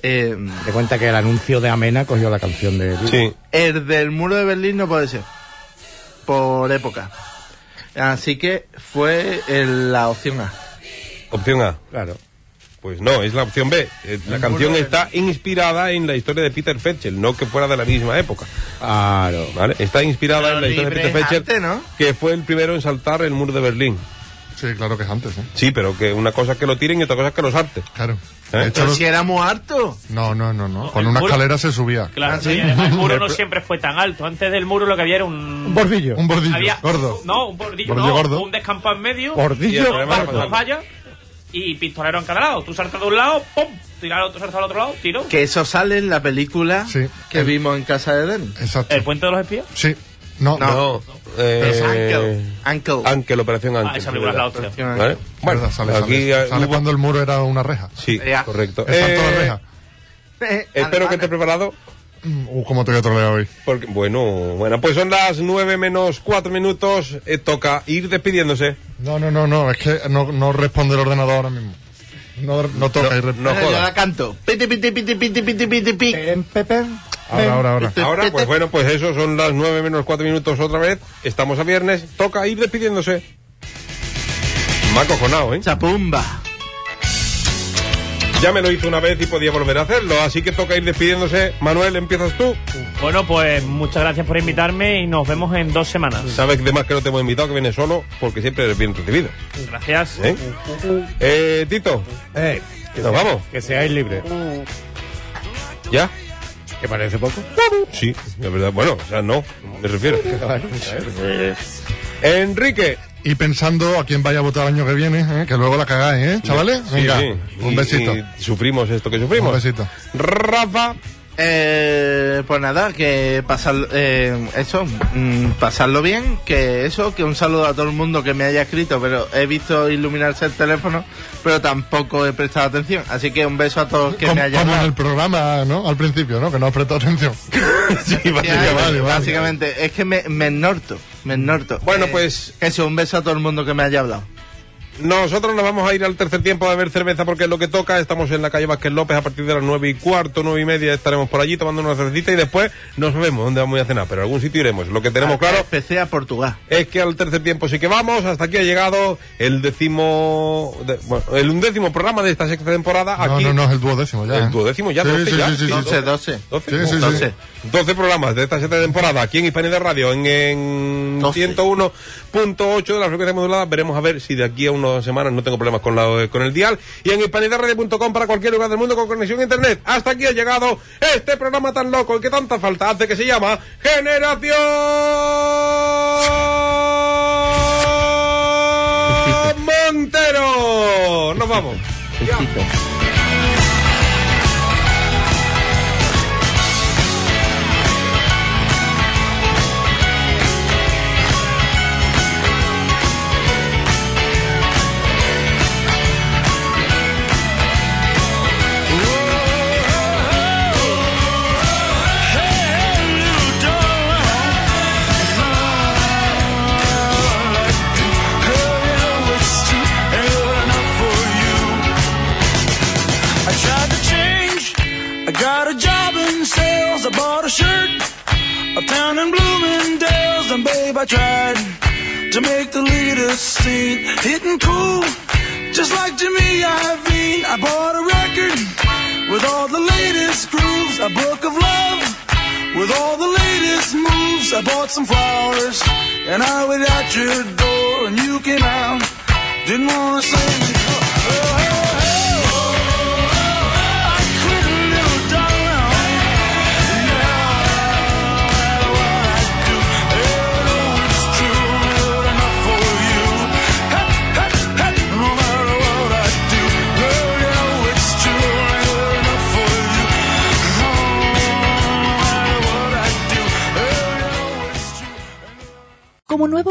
Eh,
Te cuenta que el anuncio de Amena cogió la canción de.
Sí.
el del muro de Berlín no puede ser. Por época. Así que fue el- la opción A.
Opción A.
Claro.
Pues no, es la opción B. Eh, La canción está inspirada en la historia de Peter Fetchel, no que fuera de la misma época.
Claro.
¿vale? Está inspirada
Pero
en la historia de
libre
Peter
es
Fetchel,
arte, ¿no?
que fue el primero en saltar el muro de Berlín.
Sí, claro que es antes, ¿eh?
Sí, pero que una cosa es que lo tiren y otra cosa es que lo salten.
Claro.
¿Eh?
De hecho,
Pero
los-
si éramos hartos.
No, no, no, no. Con
el
una
muro-
escalera se subía.
Claro, y además el
(laughs)
muro no siempre fue tan alto. Antes del muro lo que había era un.
Un bordillo.
Un bordillo
había-
gordo.
No, un bordillo,
Bordillo
no,
gordo.
un descampado en medio.
Y el
Bordillo.
problema era
Barco,
pasarlo.
falla y pistolero en cada lado. Tú saltas de un lado, ¡pum! Tirar al otro, saltas al otro lado, tiro.
Que eso sale en la película
Sí.
que vimos en casa de Dani.
Exacto.
¿El puente de los espías?
Sí. No,
No.
Eh,
Uncle. Uncle.
Ángel, Operación Ángel.
Ah, esa película es la hostia.
Opción A.
¿Vale? Bueno,
Verdad, sale,
aquí
sale,
eh,
Sale
hubo-
cuando el muro era una reja.
Eh.
Sí,
Ya.
correcto.
El salto de
Eh,
la reja.
Eh,
espero que
alemana.
esté preparado.
Mm, Uh, cómo te voy a trolear hoy.
Porque, bueno, bueno, pues son las 9 menos 4 minutos. eh, toca ir despidiéndose.
No, no, no, no. Es que no, no responde el ordenador ahora mismo. No, no toca. y re-
No
Mira, yo
jodas.
la canto. Piti, piti, piti, piti, piti, piti, piti.
En Pepe.
Ahora, ahora, ahora.
Ahora, pues bueno, pues eso, son las 9 menos 4 minutos otra vez. Estamos a viernes, toca ir despidiéndose. Me ha acojonado, ¿eh?
Chapumba.
Ya me lo hizo una vez y podía volver a hacerlo, así que toca ir despidiéndose. Manuel, empiezas tú.
Bueno, pues muchas gracias por invitarme y nos vemos en dos semanas.
Sabes que además que no te hemos invitado, que vienes solo, porque siempre eres bien recibido.
Gracias.
¿Eh? Eh, Tito. nos vamos.
Que seáis libres.
¿Ya?
¿Te parece poco?
Sí, la verdad. Bueno, o sea, no, me
(laughs)
refiero. Enrique.
Y pensando a quién vaya a votar el año que viene, ¿eh? que luego la cagáis, ¿eh, chavales?
Sí,
Venga,
sí.
un
Y-
besito.
y sufrimos esto que sufrimos.
Un besito.
Rafa.
Eh, pues nada, que pasar, eh, eso, mm, pasarlo bien, que eso, que un saludo a todo el mundo que me haya escrito, pero he visto iluminarse el teléfono, pero tampoco he prestado atención. Así que un beso a todos que
Com-
me hayan
como en
dado.
el programa, ¿no? Al principio, ¿no? Que no has
(laughs)
prestado atención. (laughs)
Ya,
vale, vale.
Básicamente, es que me, me ennorto, me ennorto. Bueno, pues... Eso, un beso a todo el mundo que me haya hablado.
Nosotros nos vamos a ir al tercer tiempo a beber cerveza porque es lo que toca. Estamos en la calle Vázquez López a partir de las nueve y cuarto, nueve y media estaremos por allí tomando una cervecita y después nos vemos dónde vamos a ir a cenar, pero a algún sitio iremos. Lo que tenemos claro
este.
Empecé a Portugal.
es que al tercer tiempo sí que vamos. Hasta aquí ha llegado el décimo, de- bueno, el undécimo programa de esta sexta temporada.
No,
aquí
no, no, es el duodécimo ya.
El
¿eh?
duodécimo ya,
Sí,
12
sí,
ya.
sí, sí, sí.
12.
12,
Sí, sí, sí.
12. 12 programas de esta sexta temporada aquí en Hispanidad Radio, en, en 101.8 de la frecuencia modulada. Veremos a ver si de aquí a unas semanas no tengo problemas con, la, con el dial. Y en hispanidadradio.com para cualquier lugar del mundo con conexión a internet. Hasta aquí ha llegado este programa tan loco y que tanta falta hace que se llama
(laughs)
Generación Montero. Nos vamos.
I tried to change. I got a job in sales. I bought a shirt. Uptown in Bloomingdale's. And babe, I tried to make the leaders sing. Hitting cool, just like Jimmy Iovine. I bought a record with all the latest grooves. A book of love with all the latest moves. I bought some flowers and I waited at your door. And you came out. Didn't wanna sing.
Como nuevo